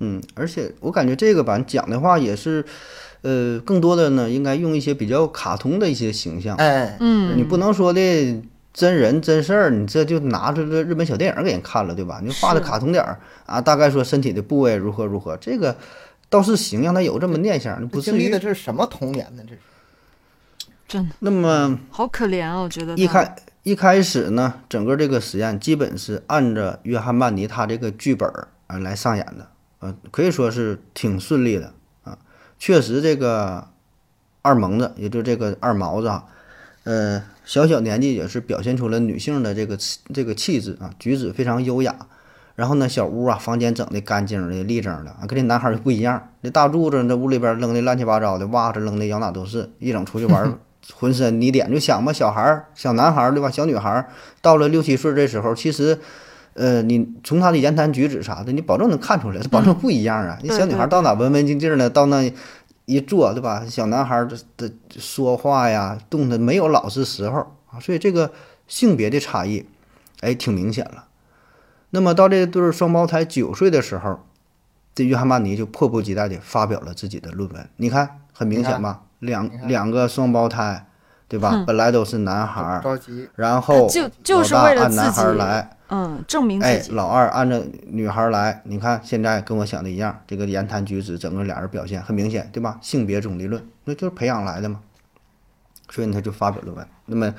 Speaker 1: 嗯，而且我感觉这个版讲的话也是，呃，更多的呢应该用一些比较卡通的一些形象，
Speaker 2: 哎，
Speaker 3: 嗯，
Speaker 1: 你不能说的真人真事儿，你这就拿出这日本小电影给人看了，对吧？你画的
Speaker 3: 是
Speaker 1: 卡通点儿啊，大概说身体的部位如何如何，这个倒是行，让他有这么念想，不至
Speaker 2: 这经历
Speaker 1: 于
Speaker 2: 的这是什么童年呢？这是。
Speaker 3: 真的
Speaker 1: 那么。
Speaker 3: 好可怜啊，我觉
Speaker 2: 嗯
Speaker 3: 得
Speaker 1: 一
Speaker 3: 他
Speaker 1: 开一开始呢，整个这个实验基本是按着约翰曼尼他这个剧本儿啊来上演的，呃，可以说是挺顺利的啊。确实，这个二萌子，也就这个二毛子啊，呃，小小年纪也是表现出了女性的这个气这个气质啊，举止非常优雅。然后呢，小屋啊，房间整的干净的、立正的啊，跟这男孩儿就不一样。这大柱子这屋里边扔的乱七八糟的，袜子扔的摇哪都是，一整出去玩儿浑身泥点。就想吧，小孩儿、小男孩儿对吧？小女孩儿到了六七岁这时候，其实，呃，你从她的言谈举止啥的，你保证能看出来，保证不一样啊。你
Speaker 3: 对
Speaker 1: 小女
Speaker 3: 对
Speaker 1: 孩儿到哪文文静静的，到那一坐对吧？小男孩儿的的说话呀，动的没有老是时候啊，所以这个性别的差异，哎，挺明显了。那么到这对儿双胞胎九岁的时候，这约翰曼尼就迫不及待地发表了自己的论文。你看，很明显吧？两
Speaker 2: 你看
Speaker 1: 两个双胞胎，对吧？
Speaker 3: 嗯
Speaker 1: 本来都是男孩儿，
Speaker 2: 着急，
Speaker 1: 然后
Speaker 3: 就就是
Speaker 1: 老大
Speaker 3: 为了
Speaker 1: 按
Speaker 3: 自
Speaker 1: 男孩儿
Speaker 3: 己
Speaker 1: 来，
Speaker 3: 嗯，证明自
Speaker 1: 哎，
Speaker 3: 己，
Speaker 1: 老二按照女孩儿来。你看现在跟我想的一样，这个言谈举止，整个俩人表现很明显，对吧？性别总理论，那就是培养来的嘛。所以呢他就发表论文。那么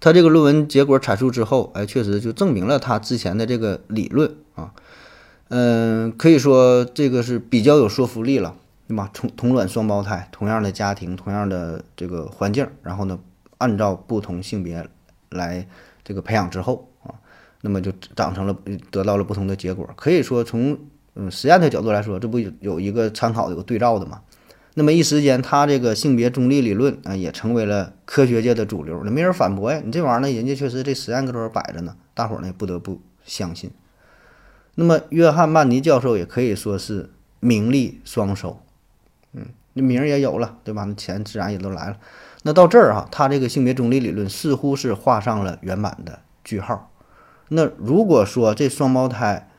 Speaker 1: 他这个论文结果阐述之后，哎，确实就证明了他之前的这个理论啊，嗯，可以说这个是比较有说服力了，对吧？同同卵双胞胎，同样的家庭，同样的这个环境，然后呢，按照不同性别来这个培养之后啊，那么就长成了得到了不同的结果。可以说从嗯实验的角度来说，这不有有一个参考有个对照的嘛？那么一时间，他这个性别中立理论啊，也成为了科学界的主流，那没人反驳呀。你这玩意儿呢，人家确实这实验搁这儿摆着呢，大伙儿呢也不得不相信。那么，约翰曼尼教授也可以说是名利双收，嗯，那名儿也有了，对吧？那钱自然也都来了。那到这儿哈、他这个性别中立理论似乎是画上了圆满的句号。那如果说这双胞胎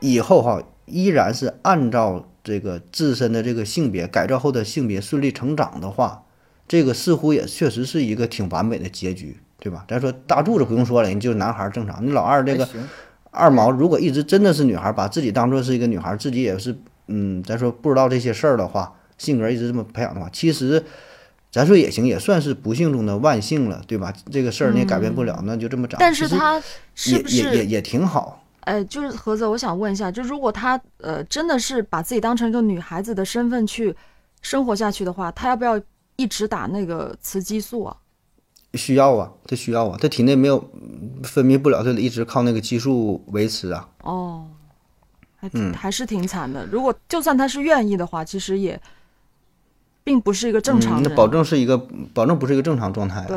Speaker 1: 以后哈、依然是按照这个自身的这个性别改造后的性别顺利成长的话，这个似乎也确实是一个挺完美的结局，对吧？咱说大柱子不用说了，人就是男孩儿正常，你老二这
Speaker 2: 还
Speaker 1: 个
Speaker 2: 行，
Speaker 1: 二毛如果一直真的是女孩，把自己当做是一个女孩，自己也是嗯，咱说不知道这些事儿的话，性格一直这么培养的话，其实咱说也行，也算是不幸中的万幸了，对吧？这个事儿你也改变不了，那就这么长。
Speaker 3: 嗯但是
Speaker 1: 其实
Speaker 3: 他是
Speaker 1: 也
Speaker 3: 不
Speaker 1: 也也
Speaker 3: 是？
Speaker 1: 也挺好，
Speaker 3: 哎，就是盒子，我想问一下，就如果他呃真的是把自己当成一个女孩子的身份去生活下去的话，他要不要一直打那个雌激素啊？
Speaker 1: 需要啊，这需要啊，他体内没有嗯分泌不了，他得一直靠那个激素维持啊。
Speaker 3: 哦，还
Speaker 1: 嗯
Speaker 3: 挺、还是挺惨的。如果就算他是愿意的话，其实也并不是一个正常
Speaker 1: 嗯，
Speaker 3: 人。
Speaker 1: 那保证是一个保证不是一个正常状态啊。
Speaker 3: 对，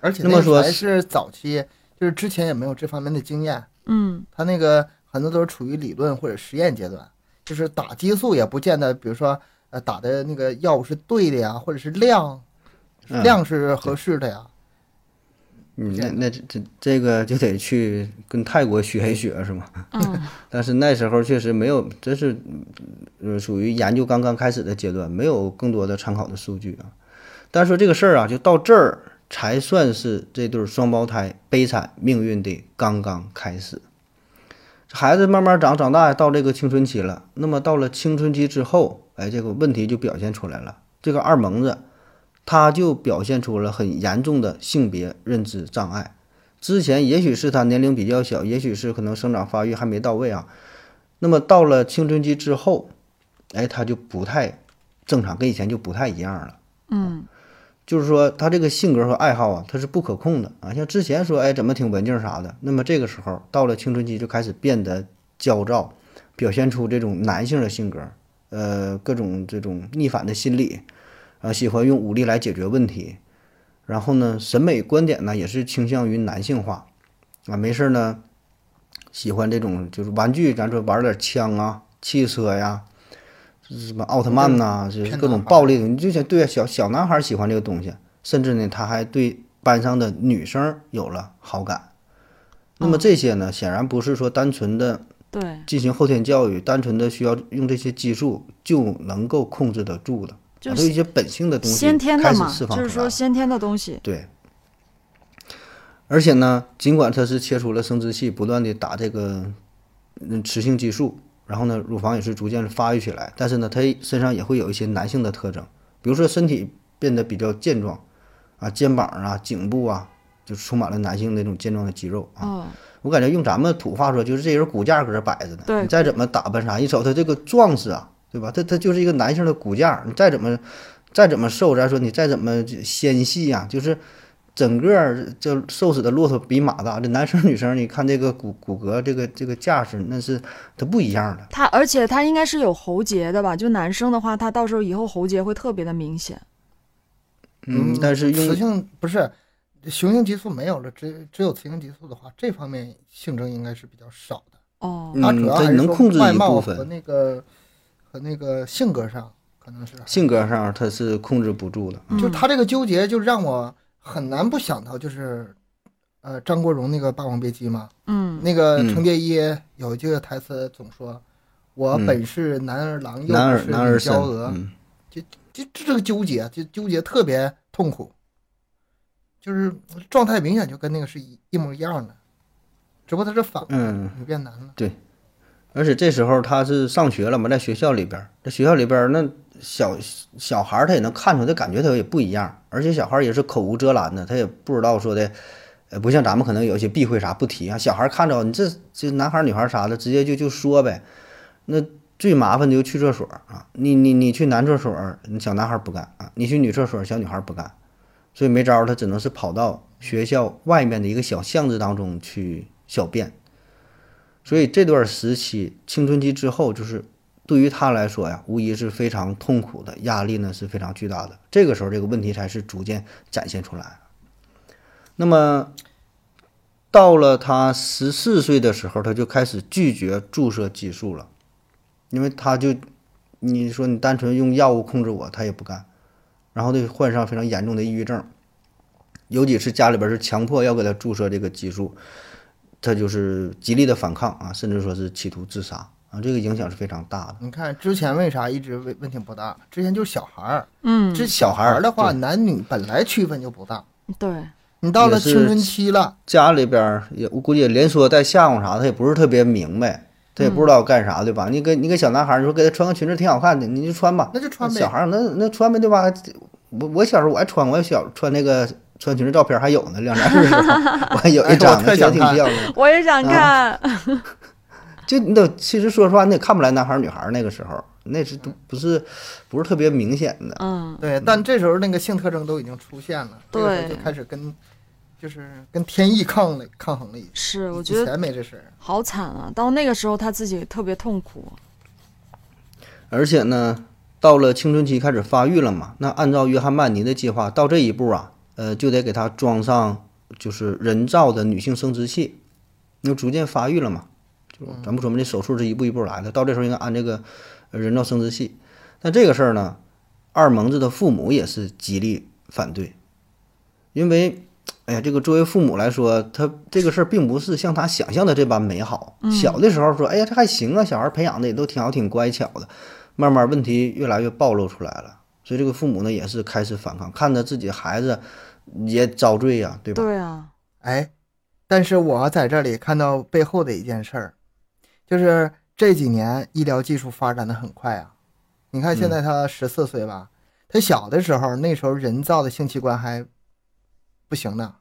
Speaker 2: 而且
Speaker 1: 那么
Speaker 2: 那
Speaker 1: 说
Speaker 2: 还
Speaker 1: 是
Speaker 2: 是早期，就是之前也没有这方面的经验，
Speaker 3: 嗯
Speaker 2: 他那个很多都是处于理论或者实验阶段，就是打激素也不见得，比如说呃打的那个药物是对的呀，或者是量
Speaker 1: 嗯
Speaker 2: 量是合适的呀，
Speaker 1: 嗯，那
Speaker 2: 对
Speaker 1: 那这这这个就得去跟泰国学一学是吗？
Speaker 3: 嗯，
Speaker 1: <laughs> 但是那时候确实没有，这是呃属于研究刚刚开始的阶段，没有更多的参考的数据啊。但是说这个事儿啊，就到这儿才算是这对双胞胎悲惨命运的刚刚开始。孩子慢慢长长大，到这个青春期了。那么到了青春期之后，哎，这个问题就表现出来了。这个二萌子，他就表现出了很严重的性别认知障碍。之前也许是他年龄比较小，也许是可能生长发育还没到位啊。那么到了青春期之后，哎，他就不太正常，跟以前就不太一样了。
Speaker 3: 嗯，
Speaker 1: 就是说，他这个性格和爱好啊，他是不可控的啊。像之前说，哎，怎么挺文静啥的，那么这个时候到了青春期就开始变得焦躁，表现出这种男性的性格，呃，各种这种逆反的心理，啊，喜欢用武力来解决问题，然后呢，审美观点呢也是倾向于男性化，啊，没事儿呢，喜欢这种就是玩具，咱说玩点枪啊、汽车呀，什么奥特曼呐、就
Speaker 2: 偏
Speaker 1: 是
Speaker 2: 男
Speaker 1: 各种
Speaker 2: 孩儿
Speaker 1: 暴力的，你就想对啊小小男孩儿喜欢这个东西，甚至呢，他还对班上的女生有了好感。那么
Speaker 3: 嗯
Speaker 1: 这些呢，显然不是说单纯的
Speaker 3: 对，
Speaker 1: 进行后天教育，单纯的需要用这些激素就能够控制得住的，
Speaker 3: 就
Speaker 1: 啊
Speaker 3: 是
Speaker 1: 都一些本性的东西
Speaker 3: 先天的
Speaker 1: 开始
Speaker 3: 嘛，
Speaker 1: 释放
Speaker 3: 就是
Speaker 1: 出来
Speaker 3: 说
Speaker 1: 了。
Speaker 3: 先天的东西。
Speaker 1: 对，而且呢，尽管他是切除了生殖器，不断的打这个嗯雌性激素，然后呢，乳房也是逐渐发育起来，但是呢，他身上也会有一些男性的特征，比如说身体变得比较健壮啊，肩膀啊、颈部啊，就充满了男性那种健壮的肌肉啊。
Speaker 3: 哦，
Speaker 1: 我感觉用咱们土话说，就是这人骨架搁这摆着呢。
Speaker 3: 对
Speaker 1: 你再怎么打扮啥，一瞅他这个壮实啊，对吧？他他就是一个男性的骨架，你再怎么再怎么瘦，咱说你再怎么纤细呀、就是整个儿这瘦死的骆驼比马大。这男生女生，你看这个骨骨骼，这个这个架势，那是它不一样的。
Speaker 3: 他而且他应该是有喉结的吧？就男生的话，他到时候以后喉结会特别的明显。
Speaker 1: 嗯，但是
Speaker 2: 雌
Speaker 1: 用
Speaker 2: 性不是雄性激素没有了，只只有雌性激素的话，这方面性征应该是比较少的。
Speaker 3: 哦，
Speaker 1: 嗯
Speaker 2: 它主要还是
Speaker 1: 它能
Speaker 2: 说
Speaker 1: 控制
Speaker 2: 外
Speaker 1: 一
Speaker 2: 貌
Speaker 1: 部
Speaker 2: 和
Speaker 1: 分
Speaker 2: 那个和那个性格上可能是，
Speaker 1: 性格上他是控制不住的。
Speaker 2: 就
Speaker 3: 嗯
Speaker 2: 他这个纠结就让我很难不想到就是。呃，张国荣那个《霸王别姬》嘛，
Speaker 3: 嗯
Speaker 2: 那个
Speaker 1: 嗯
Speaker 2: 程蝶衣有一句台词总说：“我
Speaker 1: 嗯
Speaker 2: 本是嗯男儿郎，又
Speaker 1: 男
Speaker 2: 不
Speaker 1: 儿
Speaker 2: 是
Speaker 1: 男儿
Speaker 2: 女
Speaker 1: 身，
Speaker 2: 娇娥。
Speaker 1: 嗯，
Speaker 2: 就这个纠结，就纠结特别痛苦，就是状态明显就跟那个是一一模一样的，只不过它是反过来的
Speaker 1: 嗯，
Speaker 2: 你变难了。
Speaker 1: 而且这时候他是上学了嘛，在学校里边儿，在学校里边儿那小小孩儿他也能看出来，感觉他也不一样，而且小孩儿也是口无遮拦的，他也不知道说的，呃，不像咱们可能有些避讳啥不提啊，小孩儿看着你这这男孩儿女孩儿啥的，直接就就说呗。那最麻烦的就去厕所啊，你你你去男厕所，小男孩儿不干啊，你去女厕所，小女孩儿不干，所以没招儿，他只能是跑到学校外面的一个小巷子当中去小便。所以这段时期，青春期之后，就是对于他来说呀，无疑是非常痛苦的，压力呢是非常巨大的。这个时候，这个问题才是逐渐展现出来。啊那么，到了他十四岁的时候，他就开始拒绝注射激素了，因为他就，你说你单纯用药物控制我，他也不干，然后就患上非常严重的抑郁症。有几次家里边是强迫要给他注射这个激素，他就是极力的反抗啊，甚至说是企图自杀啊，这个影响是非常大的。
Speaker 2: 你看之前为啥一直问问题不大？之前就是小孩儿，
Speaker 3: 嗯，
Speaker 2: 这
Speaker 1: 小
Speaker 2: 小
Speaker 1: 孩
Speaker 2: 孩
Speaker 1: 儿
Speaker 2: 儿的话，
Speaker 1: 对
Speaker 2: 男女本来区分就不大。
Speaker 3: 对，
Speaker 2: 你到了
Speaker 1: 也是
Speaker 2: 青春期了，
Speaker 1: 家里边儿也我估计也连说带吓唬啥的，他也不是特别明白，他也
Speaker 2: 嗯
Speaker 1: 不知道干啥，对吧？你给你给小男孩儿，你说给他穿个裙子挺好看的，你就穿吧。
Speaker 2: 那就穿呗
Speaker 1: 小。孩儿那那穿呗，对吧？我我小时候我还穿，我小穿那个穿裙子照片还有呢，两年的时候我
Speaker 2: <laughs>
Speaker 1: 还有一张呢，
Speaker 2: 哎
Speaker 1: 觉得
Speaker 2: 我特想
Speaker 1: 挺
Speaker 2: 看
Speaker 1: 漂亮的。
Speaker 3: 我也想看，
Speaker 1: 就你得其实说实话，你也看不来男孩儿女孩儿那个时候，那是都不是不是特别明显的。
Speaker 3: 嗯，
Speaker 2: 对，但这时候那个性特征都已经出现了，这个时候
Speaker 3: 对
Speaker 2: 就开始跟就是跟天意抗了抗衡了已经。
Speaker 3: 是，我
Speaker 2: 以
Speaker 3: 觉得
Speaker 2: 前没这事儿，
Speaker 3: 好惨啊！到那个时候他自己特别痛苦，
Speaker 1: 而且呢，到了青春期开始发育了嘛，那按照约翰曼尼的计划，到这一步啊，呃，就得给他装上就是人造的女性生殖器，因为逐渐发育了嘛，就咱不说嘛，这手术是一步一步来的，到这时候应该按这个呃人造生殖器。但这个事儿呢，二萌子的父母也是极力反对，因为。哎呀，这个作为父母来说，他这个事儿并不是像他想象的这般美好。小的时候说，哎呀，这还行啊，小孩儿培养的也都挺好，挺乖巧的。慢慢问题越来越暴露出来了，所以这个父母呢也是开始反抗，看着自己孩子也遭罪呀、对吧？
Speaker 3: 对啊，
Speaker 2: 哎，但是我在这里看到背后的一件事儿，就是这几年医疗技术发展的很快啊。你看现在他十四岁吧，他小的时候那时候人造的性器官还不行呢，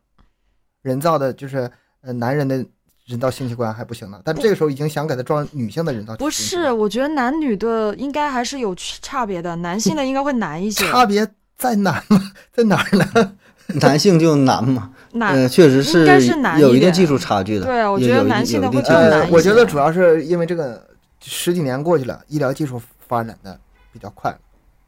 Speaker 2: 人造的就是呃男人的人造性器官还不行呢，但这个时候已经想给他装女性的人造
Speaker 3: 不
Speaker 2: 性器官
Speaker 3: 是，我觉得男女的应该还是有区差别的，男性的应该会难一些，
Speaker 2: 差别在哪儿呢？ <laughs> 在哪儿
Speaker 3: <laughs>
Speaker 2: 呢？
Speaker 1: 男性就难嘛，
Speaker 3: 难
Speaker 1: 呃，确实
Speaker 3: 啊应该是难一
Speaker 1: 有一定
Speaker 3: 点
Speaker 1: 技术差距的。
Speaker 3: 对啊我
Speaker 1: 有
Speaker 3: 觉得
Speaker 1: 有一
Speaker 3: 男性的
Speaker 1: 有一定
Speaker 3: 会
Speaker 1: 技术差
Speaker 3: 更难
Speaker 2: 呃
Speaker 1: 距，
Speaker 2: 我觉
Speaker 3: 一
Speaker 2: 得
Speaker 3: 些
Speaker 2: 主要是因为这个十几年过去了，医疗技术发展的比较快。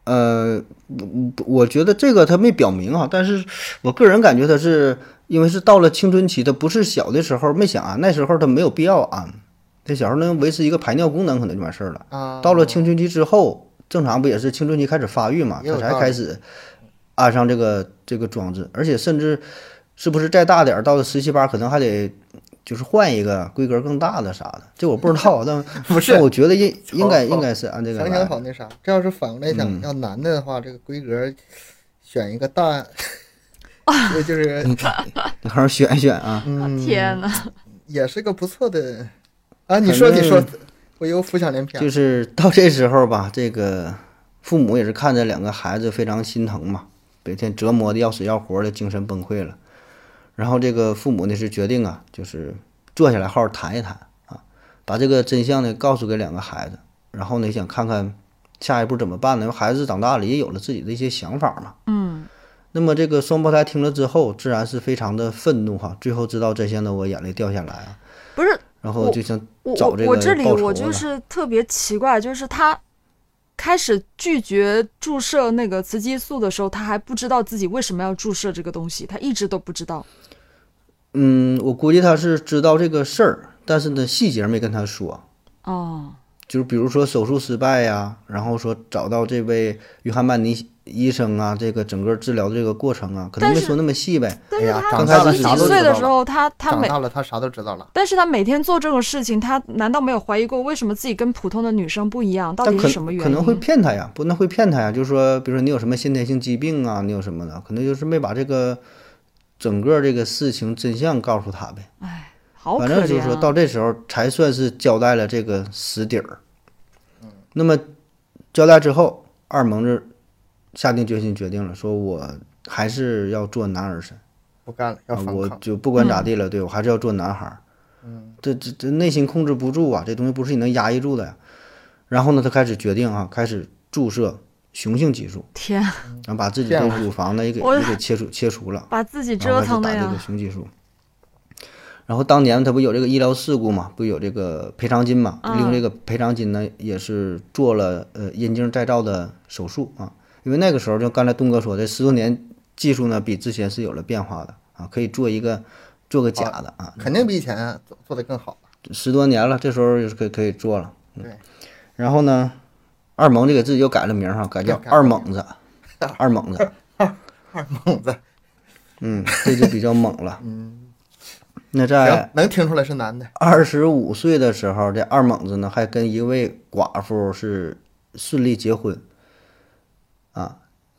Speaker 1: 呃，我我觉得这个他没表明啊，但是我个人感觉他是因为是到了青春期，他不是小的时候没想啊安，那时候他没有必要安，这小时候能维持一个排尿功能可能就完事儿了。
Speaker 2: 啊，
Speaker 1: 到了青春期之后，正常不也是青春期开始发育嘛？
Speaker 2: 也有
Speaker 1: 他才
Speaker 2: 道理
Speaker 1: 开始安上这个这个装置，而且甚至是不是再大点儿，到了十七八，可能还得就是换一个规格更大的啥的，这我不知道啊，但
Speaker 2: <laughs> 不是
Speaker 1: 但我觉得应应该
Speaker 2: 好好
Speaker 1: 应该是按这个
Speaker 2: 想想
Speaker 1: 来。
Speaker 2: 好那啥，这要是反过来想，
Speaker 1: 嗯
Speaker 2: 要男的的话，这个规格选一个
Speaker 3: <laughs>
Speaker 2: 大，这就是
Speaker 1: 你好好选一选啊，
Speaker 2: 嗯，
Speaker 3: 天呐，
Speaker 2: 也是个不错的啊。你说
Speaker 1: 反
Speaker 2: 你
Speaker 1: 正
Speaker 2: 说，我又浮想联翩
Speaker 1: 就。是到这时候吧，这个父母也是看着两个孩子非常心疼嘛，每天折磨的要死要活的，精神崩溃了。然后这个父母呢是决定啊，就是坐下来好好谈一谈啊，把这个真相呢告诉给两个孩子，然后呢想看看下一步怎么办呢？因为孩子长大了也有了自己的一些想法嘛。
Speaker 3: 嗯，
Speaker 1: 那么这个双胞胎听了之后，自然是非常的愤怒哈。最后知道真相的我眼泪掉下来啊，
Speaker 3: 不是
Speaker 1: 然后
Speaker 3: 我
Speaker 1: 就想
Speaker 3: 我
Speaker 1: 找
Speaker 3: 我
Speaker 1: 这
Speaker 3: 我
Speaker 1: 个
Speaker 3: 这里
Speaker 1: 报仇
Speaker 3: 我就
Speaker 1: 了
Speaker 3: 是特别奇怪，就是他开始拒绝注射那个雌激素的时候，他还不知道自己为什么要注射这个东西，他一直都不知道。
Speaker 1: 嗯，我估计他是知道这个事儿，但是呢，细节没跟他说。
Speaker 3: 哦，
Speaker 1: 啊就是比如说手术失败呀、然后说找到这位约翰曼尼医生啊，这个整个治疗的这个过程啊，可能
Speaker 3: 但
Speaker 1: 没
Speaker 3: 是
Speaker 1: 说那么细呗。
Speaker 3: 但是
Speaker 2: 哎呀
Speaker 3: 他
Speaker 1: 长大了
Speaker 3: 十
Speaker 1: 啥
Speaker 3: 几
Speaker 1: 都
Speaker 3: 岁
Speaker 1: 知
Speaker 2: 道
Speaker 3: 的
Speaker 2: 了
Speaker 3: 时候，他他
Speaker 2: 长
Speaker 3: 每
Speaker 2: 大了，他啥都知道了。
Speaker 3: 但是他每天做这种事情，他难道没有怀疑过为什么自己跟普通的女生不一样？到
Speaker 1: 但
Speaker 3: 底
Speaker 1: 可
Speaker 3: 是什么原因？
Speaker 1: 可能会骗他呀，不，那会骗他呀。就是说，比如说你有什么先天性疾病啊，你有什么的，可能就是没把这个整个这个事情真相告诉他呗。
Speaker 3: 好可
Speaker 1: 反
Speaker 3: 怜、啊。
Speaker 1: 正就是说到这时候才算是交代了这个实底儿。
Speaker 2: 嗯
Speaker 1: 那么交代之后，二萌子下定决心决定了，说我还是要做男儿身，
Speaker 2: 不干了，要
Speaker 1: 啊
Speaker 2: 反
Speaker 1: 我
Speaker 2: 抗。嗯
Speaker 1: 就不管
Speaker 3: 嗯
Speaker 1: 咋地了，对我还是要做男孩儿。这这这内心控制不住啊，这东西不是你能压抑住的呀。然后呢，他开始决定啊，开始注射雄性激素，
Speaker 3: 天，啊
Speaker 2: 嗯
Speaker 1: 然后把自己
Speaker 2: 这
Speaker 1: 的
Speaker 2: 样
Speaker 1: 乳房呢也给
Speaker 3: 我
Speaker 1: 也给切除切除了。
Speaker 3: 把自己
Speaker 1: 然后
Speaker 3: 折
Speaker 1: 开始
Speaker 3: 腾
Speaker 1: 打
Speaker 3: 的
Speaker 1: 这
Speaker 3: 呀
Speaker 1: 个！雄激素。然后当年他不有这个医疗事故嘛，不有这个赔偿金嘛？
Speaker 3: 嗯
Speaker 1: 利用这个赔偿金呢，也是做了呃阴茎再造的手术啊。因为那个时候就刚才东哥说的，十多年技术呢比之前是有了变化的啊，可以做一个做个假的啊，
Speaker 2: 肯定比以前做做的更好吧？
Speaker 1: 十多年了，这时候就是可以可以做了。嗯
Speaker 2: 对，
Speaker 1: 然后呢，二萌就给自己又改了名儿哈，改叫
Speaker 2: 又改了
Speaker 1: 二猛子，二猛子。
Speaker 2: <laughs> 二猛子，
Speaker 1: 嗯，这就比较猛了。嗯，那在
Speaker 2: 行，能听出来是男的。
Speaker 1: 二十五岁的时候，这二猛子呢还跟一位寡妇是顺利结婚，啊，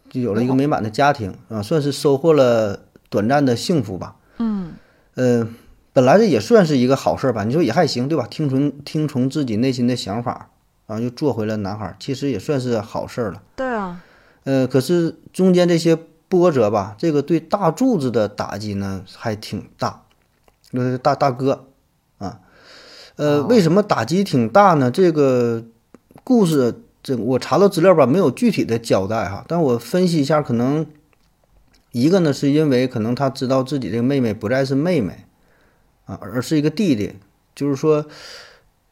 Speaker 1: 就有了一个美满的家庭啊，算是收获了短暂的幸福吧。嗯，呃，本来这也算是一个好事儿吧，你说也还行，对吧？听从听从自己内心的想法啊，又做回了男孩儿，其实也算是好事儿了。
Speaker 3: 对啊，
Speaker 1: 呃，可是中间这些波折吧，这个对大柱子的打击呢还挺大，就是大大哥啊，呃，为什么打击挺大呢？这个故事这我查到资料吧，没有具体的交代哈，但我分析一下，可能一个呢是因为可能他知道自己这个妹妹不再是妹妹啊，而而是一个弟弟，就是说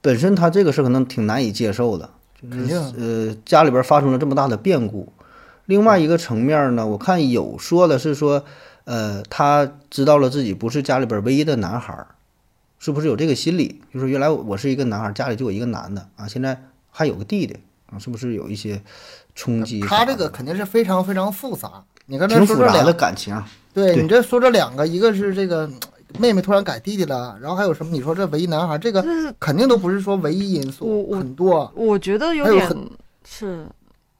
Speaker 1: 本身他这个事儿可能挺难以接受的。
Speaker 2: 肯定啊
Speaker 1: 呃，家里边发生了这么大的变故。另外一个层面呢，我看有说的是说，呃，他知道了自己不是家里边唯一的男孩儿，是不是有这个心理？就是原来我是一个男孩儿，家里就我一个男的啊，现在还有个弟弟啊，是不是有一些冲击啥
Speaker 2: 他
Speaker 1: 的？
Speaker 2: 这个肯定是非常非常复杂。你刚才
Speaker 1: 挺
Speaker 2: 说
Speaker 1: 复
Speaker 2: 这
Speaker 1: 杂
Speaker 2: 两
Speaker 1: 的感情，啊
Speaker 2: 对
Speaker 1: 对
Speaker 2: 你这说这两个，一个是这个嗯妹妹突然改弟弟了，然后还有什么？你说这唯一男孩，
Speaker 1: 呃
Speaker 2: 这个
Speaker 3: 就是
Speaker 2: 肯定都不是说唯一因
Speaker 3: 我
Speaker 2: 素，
Speaker 3: 我
Speaker 2: 很多
Speaker 3: 我觉得有
Speaker 2: 还有
Speaker 3: 点
Speaker 2: 很
Speaker 3: 是，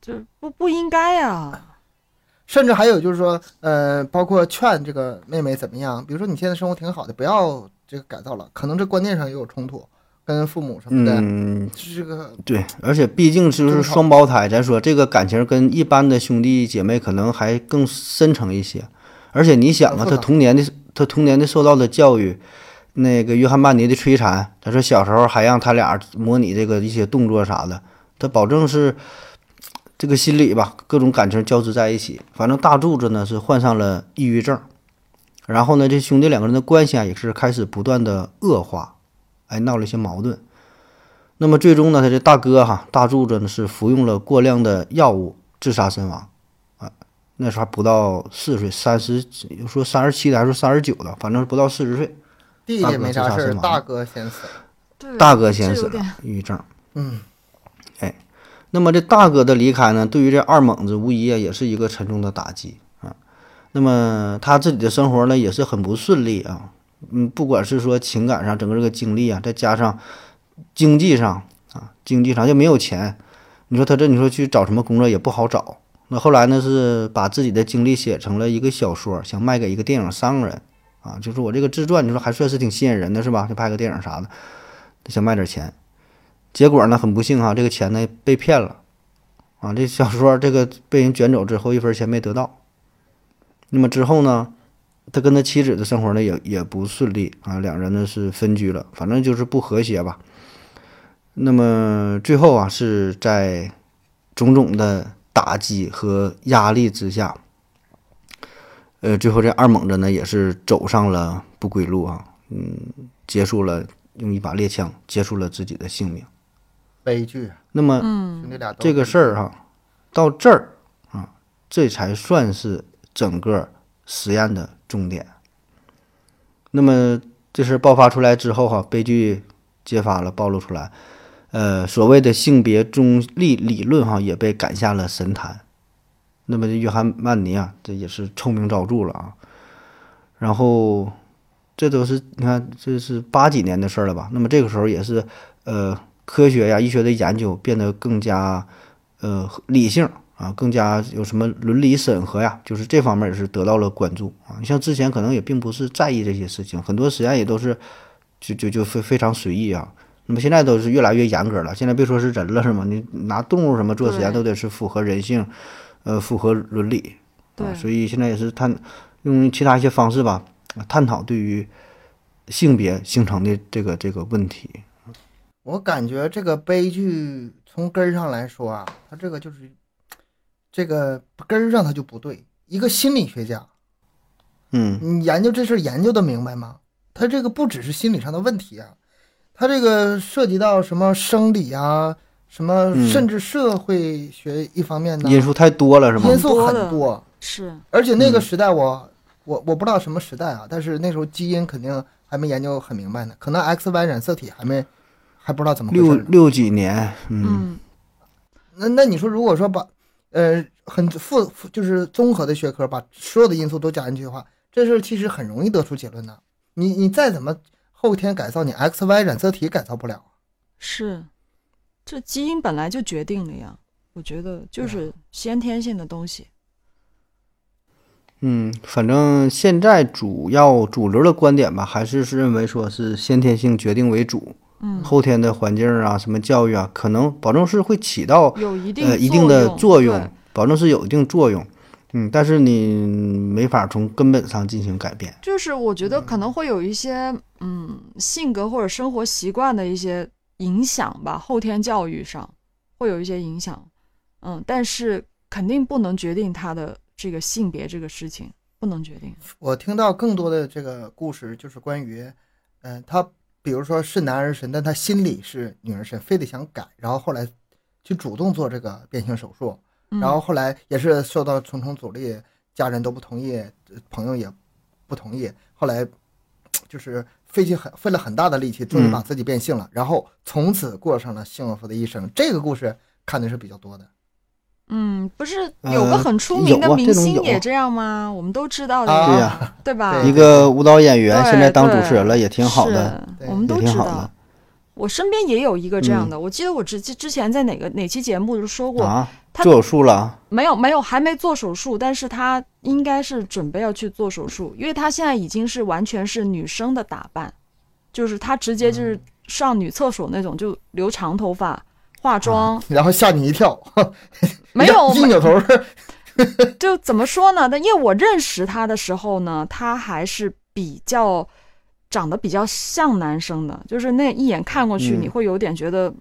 Speaker 3: 就不不应该啊。
Speaker 2: 甚至还有就是说，呃，包括劝这个妹妹怎么样，比如说你现在生活挺好的，不要这个改造了，可能这观念上也有冲突，跟父母什么的，
Speaker 1: 嗯，
Speaker 2: 这个
Speaker 1: 对，而且毕竟就是双胞胎，咱说这个感情跟一般的兄弟姐妹可能还更深层一些。而且你想啊，
Speaker 2: 更复
Speaker 1: 他
Speaker 2: 杂
Speaker 1: 童年的他童年的受到的教育，那个约翰曼尼的摧残，他说小时候还让他俩模拟这个一些动作啥的，他保证是这个心理吧，各种感情交织在一起。反正大柱子呢是患上了抑郁症，然后呢，这兄弟两个人的关系啊也是开始不断的恶化，哎，闹了一些矛盾。那么最终呢，他这大哥哈大柱子呢是服用了过量的药物自杀身亡，啊，那时候还不到四岁，三十说三十七的，还是三十九的，反正不到四十岁，
Speaker 2: 弟弟没啥事
Speaker 1: 大哥自杀身亡
Speaker 2: 儿，大哥先死了，
Speaker 3: 对，啊
Speaker 1: 大哥先
Speaker 3: 这
Speaker 1: 死
Speaker 3: 嗯有
Speaker 1: 了
Speaker 3: 点，
Speaker 1: 抑郁症。
Speaker 2: 嗯，
Speaker 1: 那么这大哥的离开呢，对于这二猛子无疑啊也是一个沉重的打击啊。那么他自己的生活呢也是很不顺利啊，嗯，不管是说情感上整个这个经历啊，再加上经济上啊，经济上就没有钱，你说他这你说去找什么工作也不好找。那后来呢是把自己的经历写成了一个小说，想卖给一个电影商人啊，就是我这个自传，你说还算是挺吸引人的是吧？就拍个电影啥的，想卖点钱。结果呢，很不幸哈、啊这个钱呢被骗了，啊，这小说这个被人卷走之后，一分钱没得到。那么之后呢，他跟他妻子的生活呢也也不顺利啊，两人呢是分居了，反正就是不和谐吧。那么最后啊，是在种种的打击和压力之下，呃，最后这二猛子呢也是走上了不归路啊，嗯，结束了用一把猎枪结束了自己的性命。
Speaker 2: 悲剧啊，
Speaker 1: 那么，
Speaker 2: 兄弟俩都
Speaker 1: 这个事儿哈、到这儿啊，这才算是整个实验的终点。那么这事儿爆发出来之后哈、悲剧揭发了，暴露出来，呃，所谓的性别中立理论哈、也被赶下了神坛。那么这约翰曼尼啊，这也是臭名昭著了啊。然后这都是你看，这是八几年的事儿了吧？那么这个时候也是，呃，科学呀、医学的研究变得更加呃理性啊，更加有什么伦理审核呀，就是这方面也是得到了关注啊。你像之前可能也并不是在意这些事情，很多实验也都是就就就非非常随意啊。那么现在都是越来越严格了，现在别说是人了，是吗？你拿动物什么做实验
Speaker 3: 对
Speaker 1: 都得是符合人性，呃，符合伦理
Speaker 3: 对
Speaker 1: 啊。所以现在也是探用其他一些方式吧，探讨对于性别形成的这个这个问题。
Speaker 2: 我感觉这个悲剧从根儿上来说啊，它这个就是这个根儿上它就不对。一个心理学家，
Speaker 1: 嗯
Speaker 2: 你研究这事儿研究的明白吗？他这个不只是心理上的问题啊，他这个涉及到什么生理啊，什么
Speaker 1: 嗯
Speaker 2: 甚至社会学一方面的
Speaker 1: 因素太多了是吗
Speaker 2: 因？素
Speaker 3: 多
Speaker 2: 很
Speaker 3: 的
Speaker 2: 多。
Speaker 3: 是
Speaker 2: 而且那个
Speaker 1: 嗯
Speaker 2: 时代我，我我不知道什么时代啊，但是那时候基因肯定还没研究很明白呢，可能 XY 染色体还没还不知道怎么回
Speaker 1: 六
Speaker 2: 事呢。
Speaker 1: 六几年，嗯
Speaker 3: 嗯
Speaker 2: 那那你说，如果说把呃很复复就是综合的学科把所有的因素都加进去的话，这事儿其实很容易得出结论的。你你再怎么后天改造，你 XY 染色体改造不了。
Speaker 3: 是，这基因本来就决定了呀。我觉得就
Speaker 2: 对啊
Speaker 3: 是先天性的东西，
Speaker 1: 嗯，反正现在主要主流的观点吧，还是是认为说是先天性决定为主，
Speaker 3: 嗯，
Speaker 1: 后天的环境啊、什么教育啊，可能保证是会起到
Speaker 3: 有一定
Speaker 1: 呃一定的作用
Speaker 3: 对，
Speaker 1: 保证是有一定作用。嗯，但是你没法从根本上进行改变。
Speaker 3: 就是我觉得
Speaker 1: 嗯
Speaker 3: 可能会有一些嗯性格或者生活习惯的一些影响吧，后天教育上会有一些影响，嗯，但是肯定不能决定他的这个性别这个事情，不能决定，
Speaker 2: 我听到更多的这个故事就是关于，嗯、他比如说是男儿身，但他心里是女儿身，非得想改，然后后来去主动做这个变性手术，
Speaker 3: 嗯、
Speaker 2: 然后后来也是受到重重阻力，家人都不同意，呃朋友也不同意，后来就是费尽很费了很大的力气，终于把
Speaker 1: 嗯
Speaker 2: 自己变性了，然后从此过上了幸福的一生。这个故事看的是比较多的 <laughs>
Speaker 3: 嗯，不是
Speaker 1: 呃
Speaker 3: 有个很出
Speaker 1: 有
Speaker 3: 名
Speaker 1: 啊
Speaker 3: 的明
Speaker 1: 这种
Speaker 3: 星
Speaker 1: 有
Speaker 3: 也
Speaker 1: 啊
Speaker 3: 这样吗？我们都知道的
Speaker 2: 啊
Speaker 1: 对
Speaker 3: 呀
Speaker 1: 呀，
Speaker 3: 对吧？
Speaker 2: 对
Speaker 1: 一个舞蹈演员
Speaker 3: 嗯对
Speaker 1: 现在当主
Speaker 3: 对
Speaker 1: 持人了，也挺好的，
Speaker 3: 是
Speaker 2: 对
Speaker 3: 我们
Speaker 1: 也
Speaker 3: 都
Speaker 1: 挺
Speaker 3: 知
Speaker 1: 好
Speaker 3: 道
Speaker 1: 的。嗯
Speaker 3: 我身边也有一个这样的，我记得我之之前在哪个哪期节目就说过，
Speaker 1: 啊。
Speaker 3: 他
Speaker 1: 做手术了，
Speaker 3: 没有没有还没做手术，但是她应该是准备要去做手术，因为她现在已经是完全是女生的打扮，就是她直接
Speaker 1: 嗯
Speaker 3: 就是上女厕所那种，就留长头发、
Speaker 1: 啊
Speaker 3: 化妆，
Speaker 2: 然后吓你一跳， <laughs>
Speaker 3: 没有
Speaker 2: 一
Speaker 3: <laughs>
Speaker 2: 扭头，
Speaker 3: 就怎么说呢？但因为我认识她的时候呢，她还是比较长得比较像男生的，就是那一眼看过去，
Speaker 1: 嗯
Speaker 3: 你会有点觉得，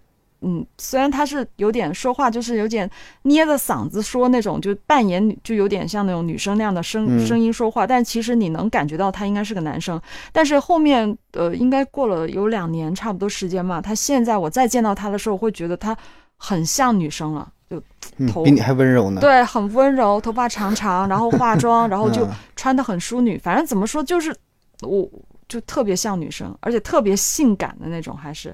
Speaker 3: 嗯虽然她是有点说话，就是有点捏着嗓子说那种，就扮演女，就有点像那种女生那样的声、
Speaker 1: 嗯
Speaker 3: 声音说话，但其实你能感觉到她应该是个男生。但是后面呃，应该过了有两年差不多时间吧，她现在我再见到她的时候，我会觉得她很像女生了，就
Speaker 1: 嗯
Speaker 3: 头
Speaker 1: 比你还温柔呢。
Speaker 3: 对，很温柔，头发长长，然后化妆，然后就
Speaker 1: 嗯
Speaker 3: 穿的很淑女，反正怎么说就是，我就特别像女生，而且特别性感的那种，还是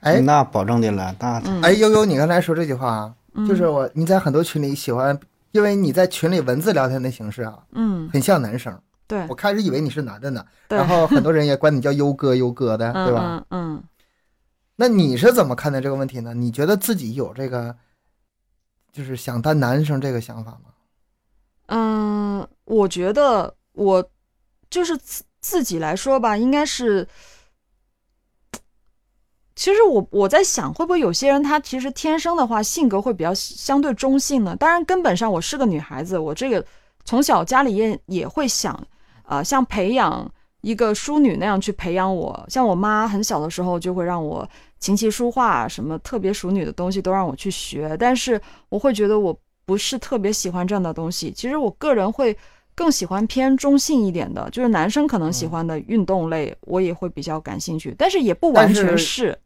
Speaker 2: 哎，
Speaker 1: 那保证的了，那
Speaker 3: 嗯
Speaker 2: 哎，悠悠，你刚才说这句话啊，就是
Speaker 3: 嗯
Speaker 2: 我你在很多群里喜欢，因为你在群里文字聊天的形式啊，
Speaker 3: 嗯，
Speaker 2: 很像男生。
Speaker 3: 对
Speaker 2: 我开始以为你是男的呢，
Speaker 3: 对，
Speaker 2: 然后很多人也管你叫悠哥悠哥的，
Speaker 3: 嗯
Speaker 2: 对吧？
Speaker 3: 嗯嗯
Speaker 2: 那你是怎么看待这个问题呢？你觉得自己有这个，就是想当男生这个想法吗？
Speaker 3: 嗯，我觉得我就是自自己来说吧，应该是。其实我我在想，会不会有些人他其实天生的话性格会比较相对中性呢？当然，根本上我是个女孩子，我这个从小家里也也会想，啊、像培养一个淑女那样去培养我。像我妈很小的时候就会让我琴棋书画什么特别淑女的东西都让我去学，但是我会觉得我不是特别喜欢这样的东西。其实我个人会更喜欢偏中性一点的，就是男生可能喜欢的运动类，我也会比较感兴趣，但是也不完
Speaker 2: 但是
Speaker 3: 全是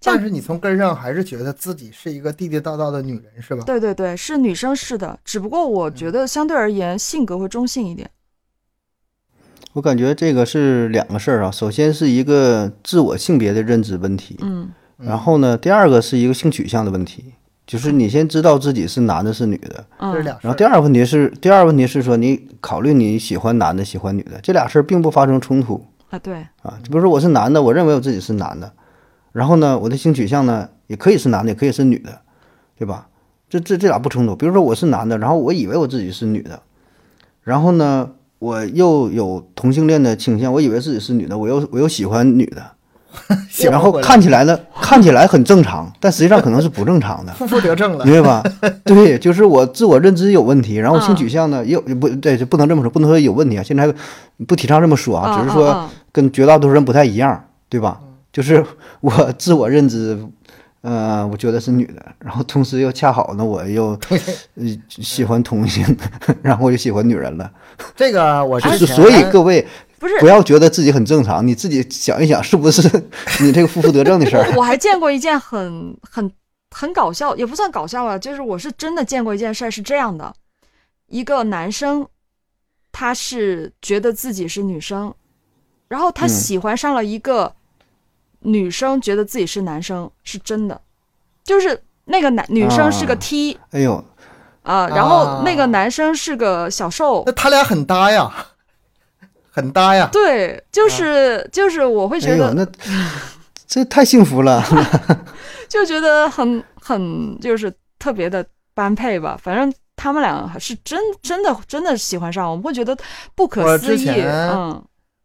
Speaker 3: 像
Speaker 2: 但是你从根儿上还是觉得自己是一个地地道道的女人，是
Speaker 1: 啊
Speaker 2: 吧？
Speaker 3: 对对对，是女生是的，只不过我觉
Speaker 1: 嗯
Speaker 3: 得相对而言性格会中性一点。
Speaker 1: 我感觉这个是两个事儿啊，首先是一个自我性别的认知问题，
Speaker 3: 嗯
Speaker 1: 然后呢，第二个是一个性取向的问题。就是你先知道自己是男的是女的，
Speaker 2: 这是
Speaker 3: 嗯，
Speaker 2: 俩事
Speaker 1: 然
Speaker 2: 儿
Speaker 1: 后。第二个问题是，第二个问题是说你考虑你喜欢男的喜欢女的，这俩事儿并不发生冲突
Speaker 3: 啊对，
Speaker 1: 啊。就比如说我是男的，我认为我自己是男的，然后呢，我的性取向呢也可以是男的，也可以是女的，对吧？这这这俩不冲突。比如说我是男的，然后我以为我自己是女的，然后呢，我又有同性恋的倾向，我以为自己是女的，我又我又喜欢女的，
Speaker 2: 行
Speaker 1: 然后
Speaker 2: 回来
Speaker 1: 看起来呢看起来很正常，但实际上可能是不正
Speaker 3: <laughs>
Speaker 1: 常的。
Speaker 2: 负负得正了
Speaker 1: 明，白吧？对，就是我自我认知有问题，然后我性
Speaker 3: 嗯
Speaker 1: 取向呢也有不对，就不能这么说，不能说有问题啊。现在还不提倡这么说啊，
Speaker 3: 嗯
Speaker 1: 只是
Speaker 3: 嗯
Speaker 1: 说
Speaker 3: 嗯
Speaker 1: 跟绝大多数人不太一样，对吧？就是 <laughs> 我自我认知，呃，我觉得是女的，然后同时又恰好呢，我
Speaker 3: <laughs>
Speaker 1: 又呃喜欢同性， <laughs> 然后我就喜欢女人了。
Speaker 2: 这个我
Speaker 1: 就是是
Speaker 2: 前
Speaker 1: 所以各位
Speaker 3: 不是
Speaker 1: 不要觉得自己很正常，你自己想一想，是不
Speaker 3: <laughs>
Speaker 1: 是你这个负负得正的事儿？
Speaker 3: 我还见过一件很很很搞笑，也不算搞笑吧，就是我是真的见过一件事儿是这样的：一个男生，他是觉得自己是女生，然后他
Speaker 1: 嗯
Speaker 3: 喜欢上了一个女生，觉得自己是男生，是真的，就是那个男女生是个
Speaker 1: 啊
Speaker 3: T
Speaker 1: 哎呦，
Speaker 3: 啊、然后那
Speaker 2: 啊
Speaker 3: 个男生是个小瘦
Speaker 2: 那，他俩很搭呀，很搭呀。
Speaker 3: 对，
Speaker 2: 啊
Speaker 3: 就是、就是我会
Speaker 1: 哎
Speaker 3: 觉
Speaker 1: 呦，
Speaker 3: 得
Speaker 1: 那这太幸福了。 <laughs>
Speaker 3: 就觉得很很就是特别的般配吧。反正他们俩还是真真的真的喜欢上，我们会觉得不可
Speaker 2: 我
Speaker 3: 思
Speaker 2: 之
Speaker 3: 议。
Speaker 2: 前
Speaker 3: 嗯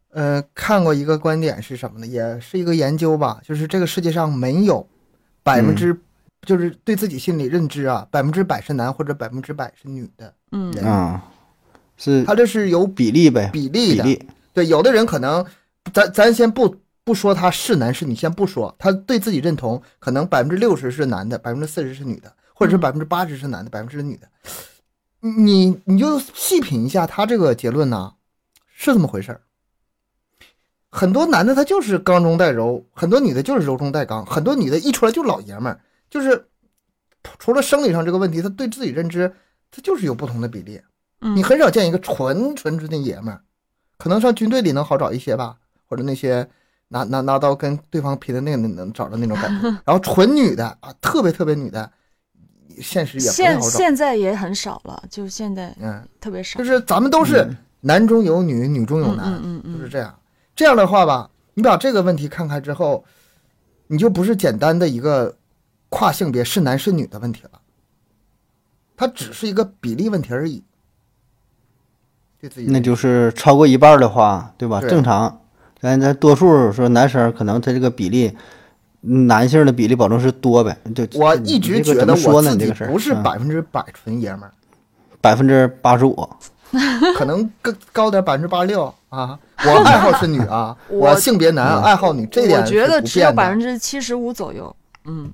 Speaker 2: 呃，看过一个观点是什么呢？也是一个研究吧，就是这个世界上没有百分
Speaker 1: 嗯
Speaker 2: 之，就是对自己心理认知啊，百分之百是男或者百分之百是女的，
Speaker 3: 嗯
Speaker 1: 啊、是
Speaker 2: 它这是有
Speaker 1: 比例呗，
Speaker 2: 比例
Speaker 1: 比
Speaker 2: 的。
Speaker 1: 例，
Speaker 2: 对，有的人可能，咱咱先不不说他是男是女，先不说，他对自己认同可能百分之六十是男的，百分之四十是女的，或者是百分之八十是男的，百分之女的。你你就细品一下他这个结论呐、是这么回事儿。很多男的他就是刚中带柔，很多女的就是柔中带刚，很多女的一出来就老爷们儿，就是除了生理上这个问题，他对自己认知他就是有不同的比例。
Speaker 3: 嗯，
Speaker 2: 你很少见一个纯纯纯的爷们儿，可能上军队里能好找一些吧，或者那些拿拿拿刀跟对方拼的那个能能找到那种感
Speaker 3: <laughs>
Speaker 2: 觉。然后纯女的啊，特别特别女的，现实也不太
Speaker 3: 现
Speaker 2: 好找。
Speaker 3: 现在也很少了，就现在
Speaker 2: 嗯，
Speaker 3: 特别少。
Speaker 2: 就是咱们都是
Speaker 1: 嗯
Speaker 2: 男中有女，女中有
Speaker 3: 嗯
Speaker 2: 男，
Speaker 3: 嗯嗯
Speaker 2: 就是
Speaker 3: 嗯，
Speaker 2: 这样。这样的话吧，你把这个问题看开之后，你就不是简单的一个跨性别是男是女的问题了，它只是一个比例问题而已。对自己的
Speaker 1: 那就是超过一半儿的话，对吧？
Speaker 2: 对
Speaker 1: 正常，咱咱多数说男生可能他这个比例，男性的比例保证是多呗。就
Speaker 2: 我
Speaker 1: 你
Speaker 2: 一直
Speaker 1: 这个
Speaker 2: 觉
Speaker 1: 怎
Speaker 2: 得
Speaker 1: 么说
Speaker 2: 我
Speaker 1: 呢？
Speaker 2: 自
Speaker 1: 你这
Speaker 2: 己
Speaker 1: 个事儿
Speaker 2: 不是
Speaker 1: 嗯
Speaker 2: 百分之百纯爷
Speaker 3: <laughs>
Speaker 2: 们儿，
Speaker 1: 百分之八十五，
Speaker 2: 可能更高点百分之八六
Speaker 3: <laughs>
Speaker 2: 啊。我爱好是女啊，
Speaker 3: 我
Speaker 2: 我性别男，
Speaker 1: 嗯
Speaker 2: 爱好女，这点
Speaker 3: 我觉得只有百分
Speaker 2: 之
Speaker 3: 之七十五左右。嗯，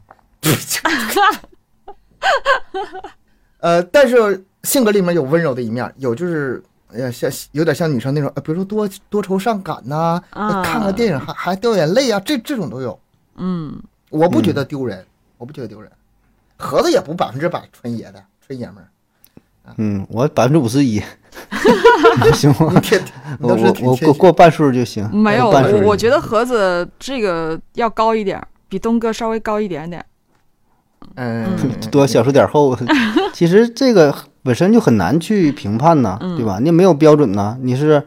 Speaker 2: <laughs> 呃，但是性格里面有温柔的一面，有就是呃像有点像女生那种，呃，比如说多多愁善感呐、呃
Speaker 3: 啊
Speaker 2: 看个电影还还掉眼泪啊，这这种都有。
Speaker 3: 嗯，
Speaker 2: 我不觉得丢人，我不觉得丢人。盒子也不百分之百纯爷的，纯爷们儿。
Speaker 1: 嗯，我百分之五十
Speaker 2: <laughs>
Speaker 1: 一，行吗？
Speaker 2: 你天，你
Speaker 1: 我
Speaker 2: 倒是
Speaker 1: 我
Speaker 2: 挺
Speaker 1: 我
Speaker 2: 谦
Speaker 1: 过
Speaker 2: 虚
Speaker 1: 过半数就行，
Speaker 3: 没有，
Speaker 1: 过半数
Speaker 3: 我我
Speaker 1: 就
Speaker 3: 觉得盒子这个要高一点儿，比东哥稍微高一点点。
Speaker 2: 嗯，
Speaker 1: 行多小数点
Speaker 3: <laughs>
Speaker 1: 后。其实这个本身就很难去评判呐，
Speaker 3: 嗯
Speaker 1: 对吧？你没有标准呐，你是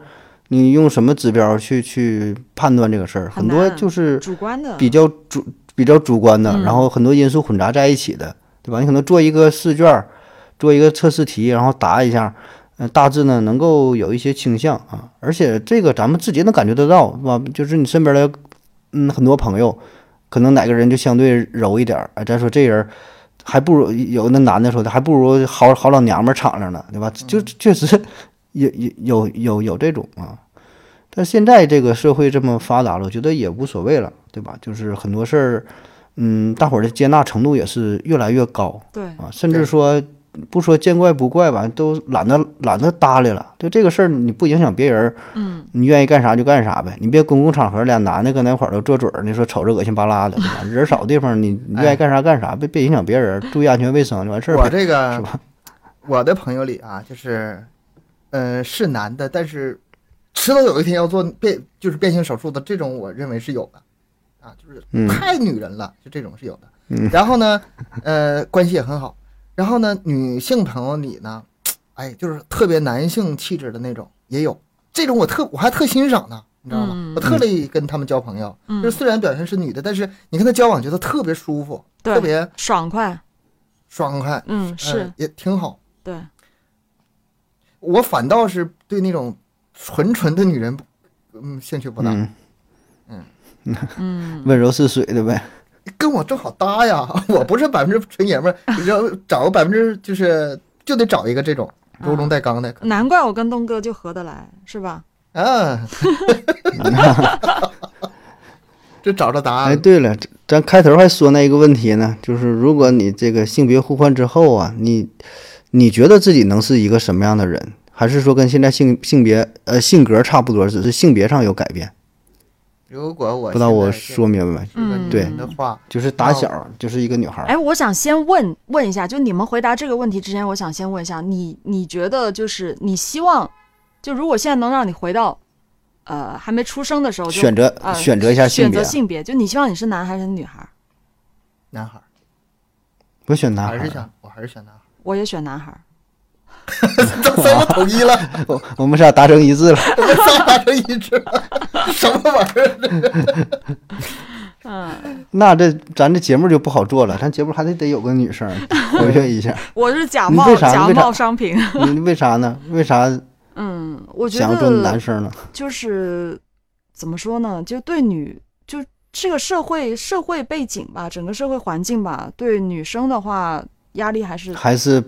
Speaker 1: 你用什么指标去去判断这个事儿？
Speaker 3: 很
Speaker 1: 很多
Speaker 3: 难
Speaker 1: 就是
Speaker 3: 主观的，
Speaker 1: 比较主比较主观的，
Speaker 3: 嗯
Speaker 1: 然后很多因素混杂在一起的，对吧？你可能做一个试卷儿，做一个测试题，然后答一下，嗯、大致呢能够有一些倾向啊。而且这个咱们自己能感觉得到，是吧？就是你身边的嗯很多朋友，可能哪个人就相对柔一点儿，哎，咱说这人儿还不如有那男的说的还不如好好老娘们儿敞亮呢，对吧？就确实有有有有有这种啊。但现在这个社会这么发达了，我觉得也无所谓了，对吧？就是很多事儿，嗯，大伙儿的接纳程度也是越来越高
Speaker 3: 对，
Speaker 1: 啊，甚至
Speaker 2: 对
Speaker 1: 说不说见怪不怪吧，都懒得懒得搭理了。就这个事儿，你不影响别人儿，
Speaker 3: 嗯，
Speaker 1: 你愿意干啥就干啥呗。你别公共场合俩男的搁那块儿都做嘴儿，你说瞅着恶心巴拉的，对吧人少地
Speaker 2: <laughs>
Speaker 1: 方你你愿意干啥干啥，别别影响别人儿，注意安全卫生就完事儿
Speaker 2: 哎我
Speaker 1: 呗。
Speaker 2: 这个
Speaker 1: 是吧
Speaker 2: 我的朋友里啊，就是，呃，是男的，但是迟早有一天要做变，就是变性手术的这种，我认为是有的，啊，就是
Speaker 1: 嗯
Speaker 2: 太女人了，就这种是有的。然后呢，呃，关系也很好。然后呢，女性朋友里呢，哎，就是特别男性气质的那种也有，这种我特我还特欣赏呢，你知道吗？
Speaker 3: 嗯
Speaker 2: 我特乐意跟他们交朋友，
Speaker 3: 嗯
Speaker 2: 就是虽然表现是女的，但是你跟她交往觉得特别舒服，
Speaker 3: 对
Speaker 2: 特别
Speaker 3: 爽快，
Speaker 2: 爽快，
Speaker 3: 嗯，是
Speaker 2: 呃、也挺好。
Speaker 3: 对，
Speaker 2: 我反倒是对那种纯纯的女人不，嗯，兴趣不大，
Speaker 1: 嗯， <laughs>
Speaker 3: 嗯，
Speaker 1: 温柔似水的呗，
Speaker 2: 跟我正好搭呀。 <laughs> 我不是百分之纯爷们儿，你知道，找个百分之就是就得找一个这种柔中带刚的。
Speaker 3: 难怪我跟东哥就合得来，是吧？
Speaker 2: 啊， <laughs> 这找着答
Speaker 1: 哎，
Speaker 2: 案。
Speaker 1: 对了，咱开头还说那个问题呢，就是如果你这个性别互换之后啊，你你觉得自己能是一个什么样的人？还是说跟现在性性别呃性格差不多，只是性别上有改变？
Speaker 2: 如果我
Speaker 1: 不知道我
Speaker 2: 现在是
Speaker 1: 说嗯明白没？
Speaker 2: 是个女
Speaker 1: 对
Speaker 2: 人的话，
Speaker 1: 就是打小就是一个女孩儿，
Speaker 3: 哦哎，我想先问问一下，就你们回答这个问题之前，我想先问一下，你你觉得就是你希望，就如果现在能让你回到，呃，还没出生的时候就
Speaker 1: 选择
Speaker 3: 啊
Speaker 1: 选择一下性
Speaker 3: 选
Speaker 1: 别
Speaker 3: 择，性别，就你希望你是男孩还是女孩？
Speaker 2: 男孩儿
Speaker 1: 我选男孩
Speaker 2: 还是
Speaker 1: 儿。
Speaker 2: 想，我还是选男孩儿。
Speaker 3: 我也选男孩。
Speaker 2: <laughs> 咱咱们统一了，
Speaker 1: 我我们仨达成一致了，
Speaker 2: 我们仨达成一致 <laughs> 了，什么玩意儿？
Speaker 3: 嗯，
Speaker 1: 那这咱这节目就不好做了，咱节目还得得有个女生儿
Speaker 3: <laughs>
Speaker 1: 活跃一下。
Speaker 3: <laughs> 我是假
Speaker 1: 你
Speaker 3: 冒
Speaker 1: 为啥
Speaker 3: 假
Speaker 1: 为啥
Speaker 3: 冒商品。
Speaker 1: 你为啥呢？为啥
Speaker 3: 嗯，我觉
Speaker 1: 想要做男
Speaker 3: 得
Speaker 1: 生呢？
Speaker 3: 就是怎么说呢，就对女就这个社会社会背景吧，整个社会环境吧，对女生的话压力还是
Speaker 1: 还是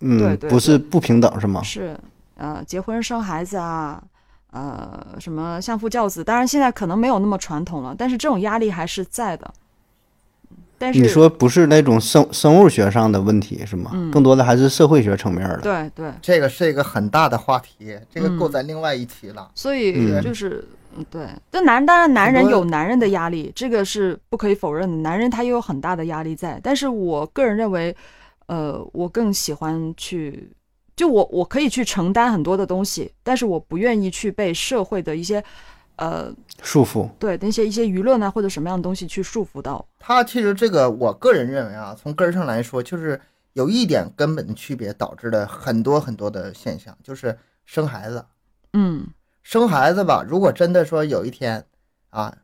Speaker 1: 嗯，
Speaker 3: 对对
Speaker 1: 不是不平等是吗？
Speaker 3: 是，呃，结婚生孩子啊，呃，什么相夫教子，当然现在可能没有那么传统了，但是这种压力还是在的。但是
Speaker 1: 你说不是那种生生物学上的问题是吗？
Speaker 3: 嗯
Speaker 1: 更多的还是社会学层面的。
Speaker 3: 对对，
Speaker 2: 这个是一个很大的话题，这个够
Speaker 3: 嗯
Speaker 2: 咱另外一期了。
Speaker 3: 所
Speaker 1: 嗯
Speaker 3: 以就是。嗯，对，但男当然男
Speaker 2: 很
Speaker 3: 人
Speaker 2: 多
Speaker 3: 有男人的压力，这个是不可以否认的。男人他也有很大的压力在，但是我个人认为，呃，我更喜欢去，就我我可以去承担很多的东西，但是我不愿意去被社会的一些，呃，
Speaker 1: 束缚，
Speaker 3: 对那些一些舆论啊或者什么样的东西去束缚到。
Speaker 2: 它其实这个，我个人认为啊，从根儿上来说，就是有一点根本的区别导致了很多很多的现象，就是生孩子。
Speaker 3: 嗯
Speaker 2: 生孩子吧，如果真的说有一天啊，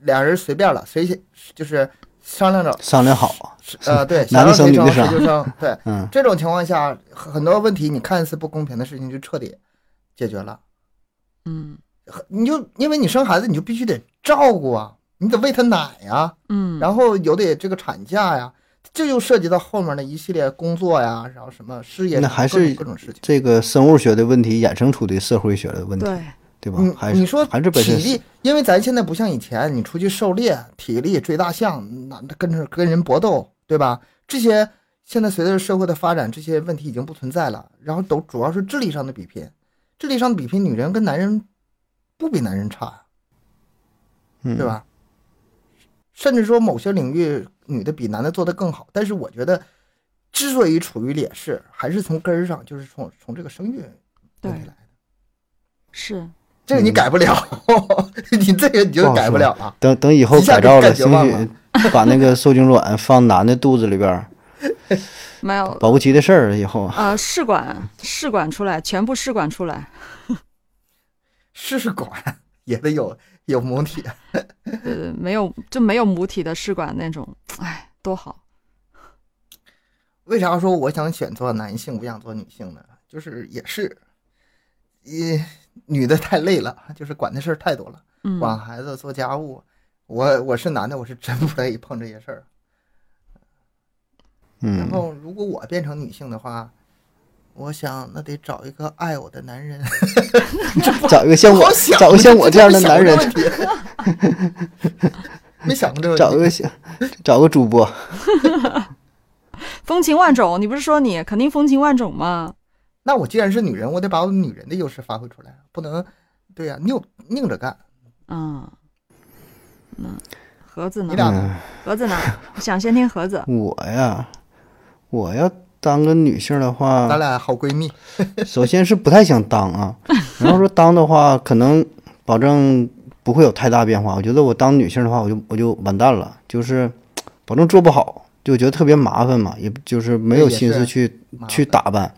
Speaker 2: 俩人随便了，谁先就是商量着，
Speaker 1: 商量好，<laughs>
Speaker 2: 呃，对，
Speaker 1: 男的
Speaker 2: 想
Speaker 1: 生女
Speaker 2: 让
Speaker 1: 的
Speaker 2: 谁
Speaker 1: 生
Speaker 2: 生谁
Speaker 1: <laughs>
Speaker 2: 就生，对，
Speaker 1: 嗯，
Speaker 2: 这种情况下，很很多问题你看似不公平的事情就彻底解决了。
Speaker 3: 嗯
Speaker 2: 你就因为你生孩子，你就必须得照顾啊，你得喂他奶呀、
Speaker 3: 嗯，
Speaker 2: 然后有的这个产假呀，这就涉及到后面的一系列工作呀，然后什么事业
Speaker 1: 那
Speaker 2: 上
Speaker 1: 还
Speaker 2: 各种
Speaker 1: 是
Speaker 2: 各种事情。
Speaker 1: 这个生物学的问题衍生出的社会学的问题，
Speaker 3: 对，
Speaker 1: 对吧
Speaker 2: 你？
Speaker 1: 还是
Speaker 2: 嗯你说
Speaker 1: 还是本
Speaker 2: 体
Speaker 1: 身是
Speaker 2: 力，因为咱现在不像以前，你出去狩猎、体力、追大象，那跟着跟人搏斗，对吧？这些现在随着社会的发展，这些问题已经不存在了。然后都主要是智力上的比拼，智力上的比拼，女人跟男人不比男人差呀，
Speaker 1: 嗯
Speaker 2: 对吧？
Speaker 3: 嗯
Speaker 2: 甚至说某些领域女的比男的做得更好，但是我觉得，之所以处于劣势，还是从根儿上，就是从从这个生育问题
Speaker 3: 对
Speaker 2: 来。
Speaker 3: 是，
Speaker 2: 这个你
Speaker 1: 嗯
Speaker 2: 改不了， <laughs> 你这个你就改不了啊了。
Speaker 1: 等等以后
Speaker 2: 一下
Speaker 1: 改
Speaker 2: 就
Speaker 1: 造了，
Speaker 2: 感觉
Speaker 1: 兴
Speaker 2: 忘
Speaker 1: 许把那个受精卵放男的肚子里边儿，
Speaker 3: 没有
Speaker 1: 保不齐的事儿。以后
Speaker 3: 呃试管试管出来，全部试管出来，
Speaker 2: 试试管也得有有母体，
Speaker 3: 呃没有就没有母体的试管那种，哎，多好。
Speaker 2: 为啥说我想选做男性，不想做女性呢？就是也是，一女的太累了，就是管的事儿太多了，
Speaker 3: 嗯，
Speaker 2: 管孩子、做家务。我我是男的，我是真不乐意碰这些事儿。然
Speaker 1: 嗯，
Speaker 2: 后如果我变成女性的话，我想那得找一个爱我的男人。 <laughs>
Speaker 1: 找一个像我
Speaker 2: 好想
Speaker 1: 找个像我这样的
Speaker 2: 没
Speaker 1: 男人，
Speaker 2: 想过这个问题 <laughs> 没想过这个
Speaker 1: 找
Speaker 2: 问题。
Speaker 1: 个像找个主播，
Speaker 3: 风情万种，你不是说你肯定风情万种吗？
Speaker 2: 那我既然是女人，我得把我女人的优势发挥出来，不能，对呀、拧拧着干。
Speaker 3: 嗯，嗯，盒子
Speaker 2: 你
Speaker 3: 呢？
Speaker 2: 俩
Speaker 1: 嗯。
Speaker 3: 盒子呢？我想先
Speaker 1: <laughs>
Speaker 3: 听盒子。
Speaker 1: 我呀，我要当个女性的
Speaker 2: 咱
Speaker 1: 话，
Speaker 2: 俩好闺蜜， <laughs>
Speaker 1: 首先是不太想当啊。然后说当的话，可能保证不会有太大变化。我觉得我当女性的话，我就我就完蛋了，就是保证做不好，就觉得特别麻烦嘛，也就是没有
Speaker 2: 对也
Speaker 1: 心思
Speaker 2: 是
Speaker 1: 去
Speaker 2: 麻
Speaker 1: 去
Speaker 2: 烦
Speaker 1: 打扮，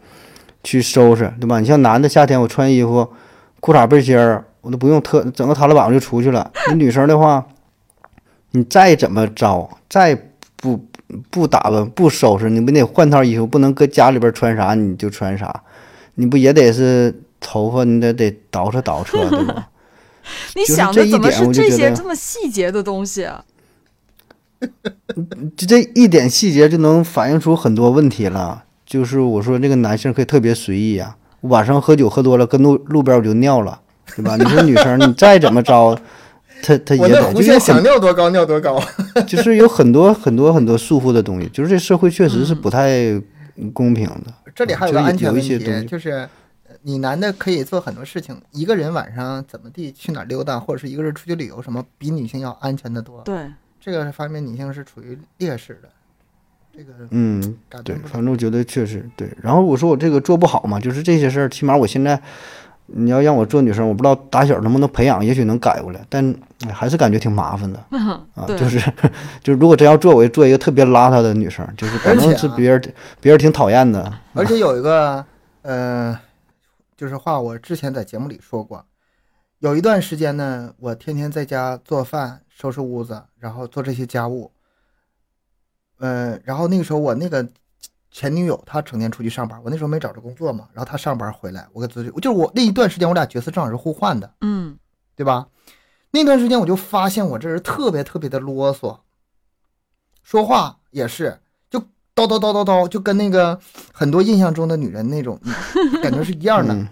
Speaker 1: 去收拾，对吧？你像男的夏天我穿衣服，裤衩背心儿，我都不用特整个踏拉板我就出去
Speaker 2: <laughs>
Speaker 1: 了。你女生的话，你再怎么着，再不不打扮不收拾，你不得换套衣服，不能搁家里边穿啥你就穿啥，你不也得是头发你得得捯饬捯饬，啊对吧？
Speaker 3: 你
Speaker 1: 就是
Speaker 3: 想
Speaker 1: 这
Speaker 3: 的
Speaker 1: 一
Speaker 3: 怎么
Speaker 1: 点
Speaker 3: 是
Speaker 1: 我就
Speaker 3: 这
Speaker 1: 觉
Speaker 3: 些
Speaker 1: 得
Speaker 3: 这么细节的东西啊？
Speaker 1: 就这一点细节就能反映出很多问题了。就是我说这个男性可以特别随意啊，晚上喝酒喝多了，跟路路边我就尿了，对吧？你说女生你再怎么着，她她
Speaker 2: 我
Speaker 1: 也
Speaker 2: 那
Speaker 1: 得
Speaker 2: 弧
Speaker 1: 就有
Speaker 2: 线想
Speaker 1: 很
Speaker 2: 尿多高尿多高，
Speaker 1: 就是有很多很多很多束缚的东西，就是这社会确实是
Speaker 2: 嗯
Speaker 1: 不太公平的。
Speaker 2: 这里还
Speaker 1: 嗯
Speaker 2: 有
Speaker 1: 就
Speaker 2: 个
Speaker 1: 有
Speaker 2: 安全
Speaker 1: 有一
Speaker 2: 问
Speaker 1: 些东
Speaker 2: 题，
Speaker 1: 西
Speaker 2: 就是呃你男的可以做很多事情，一个人晚上怎么地去哪儿溜达，或者是一个人出去旅游什么，比女性要安全的多。
Speaker 3: 对， <laughs>
Speaker 2: 这个方面女性是处于劣势的，这个
Speaker 1: 嗯，
Speaker 2: 感觉
Speaker 1: 对，
Speaker 2: 不
Speaker 1: 反正我觉得确实对。然后我说我这个做不好嘛，就是这些事儿，起码我现在你要让我做女生，我不知道打小能不能培养，也许能改过来，但哎还是感觉挺麻烦的。啊，
Speaker 3: 对
Speaker 1: 就是 <laughs> 就是，如果真要做，我就做一个特别邋遢的女生，就是
Speaker 2: 而
Speaker 1: 反
Speaker 2: 且
Speaker 1: 正是
Speaker 2: 啊
Speaker 1: 别人、别人挺讨厌的。
Speaker 2: 而且有一个呃，就是话我之前在节目里说过，有一段时间呢，我天天在家做饭、收拾屋子，然后做这些家务。呃，然后那个时候我那个前女友她成天出去上班，我那时候没找着工作嘛，然后她上班回来，我给自己，就是我那一段时间我俩角色正好是互换的，
Speaker 3: 嗯，
Speaker 2: 对吧？那段时间我就发现我这人特别特别的啰嗦，说话也是就叨叨叨叨叨，就跟那个很多印象中的女人那种感觉是一样的。
Speaker 1: 嗯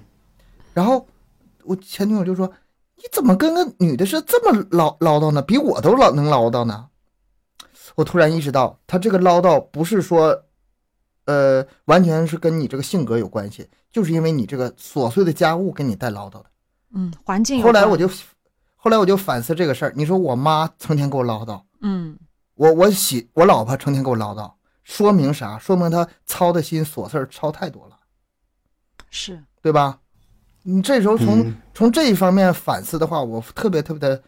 Speaker 2: 然后我前女友就说：“你怎么跟个女的是这么唠唠叨呢？比我都唠能唠叨呢？”我突然意识到，她这个唠叨不是说，呃，完全是跟你这个性格有关系，就是因为你这个琐碎的家务给你带唠叨的。
Speaker 3: 嗯，环境有
Speaker 2: 后来
Speaker 3: 关
Speaker 2: 我就，后来我就反思这个事儿。你说我妈成天给我唠叨，
Speaker 3: 嗯
Speaker 2: 我我媳我老婆成天给我唠叨，说明啥？说明她操的心琐事儿操太多了，
Speaker 3: 是
Speaker 2: 对吧？你这时候从、
Speaker 1: 嗯
Speaker 2: 从这一方面反思的话，我特别特别的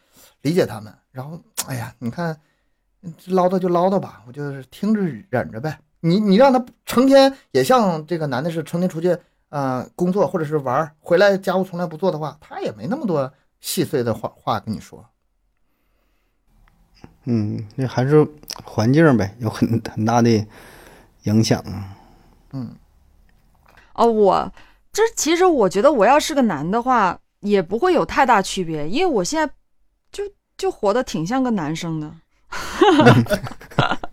Speaker 2: 理解他们。然后，哎呀，你看，嗯唠叨就唠叨吧，我就是听着忍着呗。你你让他成天也像这个男的是成天出去呃工作或者是玩儿，回来家务从来不做的话，他也没那么多细碎的话话跟你说。
Speaker 1: 嗯，那还是环境呗，有很很大的影响
Speaker 2: <laughs>
Speaker 1: 啊。
Speaker 3: 嗯哦，我这其实我觉得我要是个男的话，也不会有太大区别，因为我现在就就活得挺像个男生的。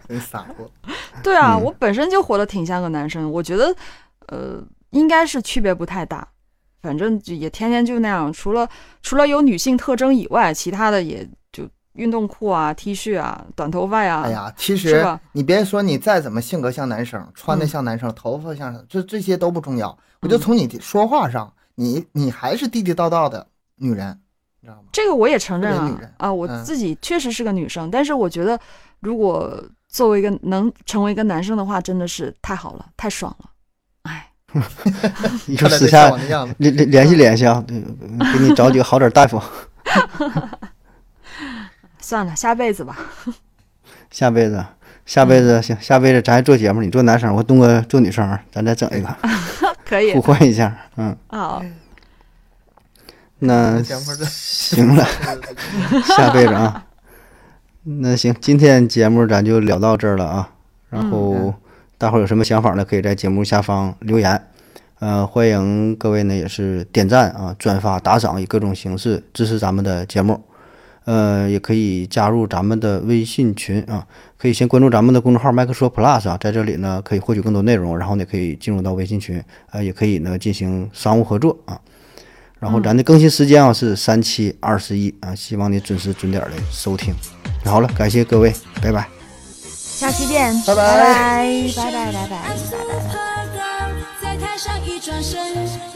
Speaker 2: 真洒脱，
Speaker 3: <laughs> 对啊，
Speaker 1: 嗯
Speaker 3: 我本身就活得挺像个男生，我觉得，呃，应该是区别不太大，反正就也天天就那样，除了除了有女性特征以外，其他的也就运动裤啊、T 恤啊、短头发呀、
Speaker 2: 哎呀，其
Speaker 3: 是
Speaker 2: 实
Speaker 3: 吧
Speaker 2: 你别说你再怎么性格像男生，穿的
Speaker 3: 嗯
Speaker 2: 像男生，头发像这这些都不重要。我就从你的说话上，你你还是地地道道的女人，你知道吗？
Speaker 3: 这个我也承认
Speaker 2: 特别
Speaker 3: 啊
Speaker 2: 女人
Speaker 3: 啊，我
Speaker 2: 嗯
Speaker 3: 自己确实是个女生，但是我觉得如果作为一个能成为一个男生的话，真的是太好了，太爽了，哎，
Speaker 1: 你说
Speaker 2: 看来
Speaker 1: 私
Speaker 2: 就
Speaker 1: 下
Speaker 2: 像我那样子。
Speaker 1: 联联联系联系啊，对给你找几个好点儿大夫， <laughs>
Speaker 3: 算了，下辈
Speaker 2: <laughs>
Speaker 3: 子吧，
Speaker 1: 下辈子下辈
Speaker 2: 嗯
Speaker 1: 子行，下辈子咱还做节目，你做男生，我东哥做女生，咱再整一个
Speaker 3: 可以
Speaker 1: 互换一下。嗯，
Speaker 3: 啊，
Speaker 1: 那
Speaker 2: <laughs> 前面的
Speaker 1: 行了。下辈子啊。那行，今天节目咱就聊到这儿了啊。然后大伙儿有什么想法呢？可以在节目下方留言。呃，欢迎各位呢也是点赞啊、转发、打赏，以各种形式支持咱们的节目。呃，也可以加入咱们的微信群啊，可以先关注咱们的公众号麦克说 Plus 啊，在这里呢可以获取更多内容，然后呢可以进入到微信群，呃，也可以呢进行商务合作啊。然后咱的更新时间啊是三七二十一啊，希望你准时准点的收听。那好了，感谢各位，拜拜。
Speaker 3: 下期见，
Speaker 2: 拜拜
Speaker 3: 拜拜，拜拜，拜拜，拜拜。
Speaker 4: 在台上一转身。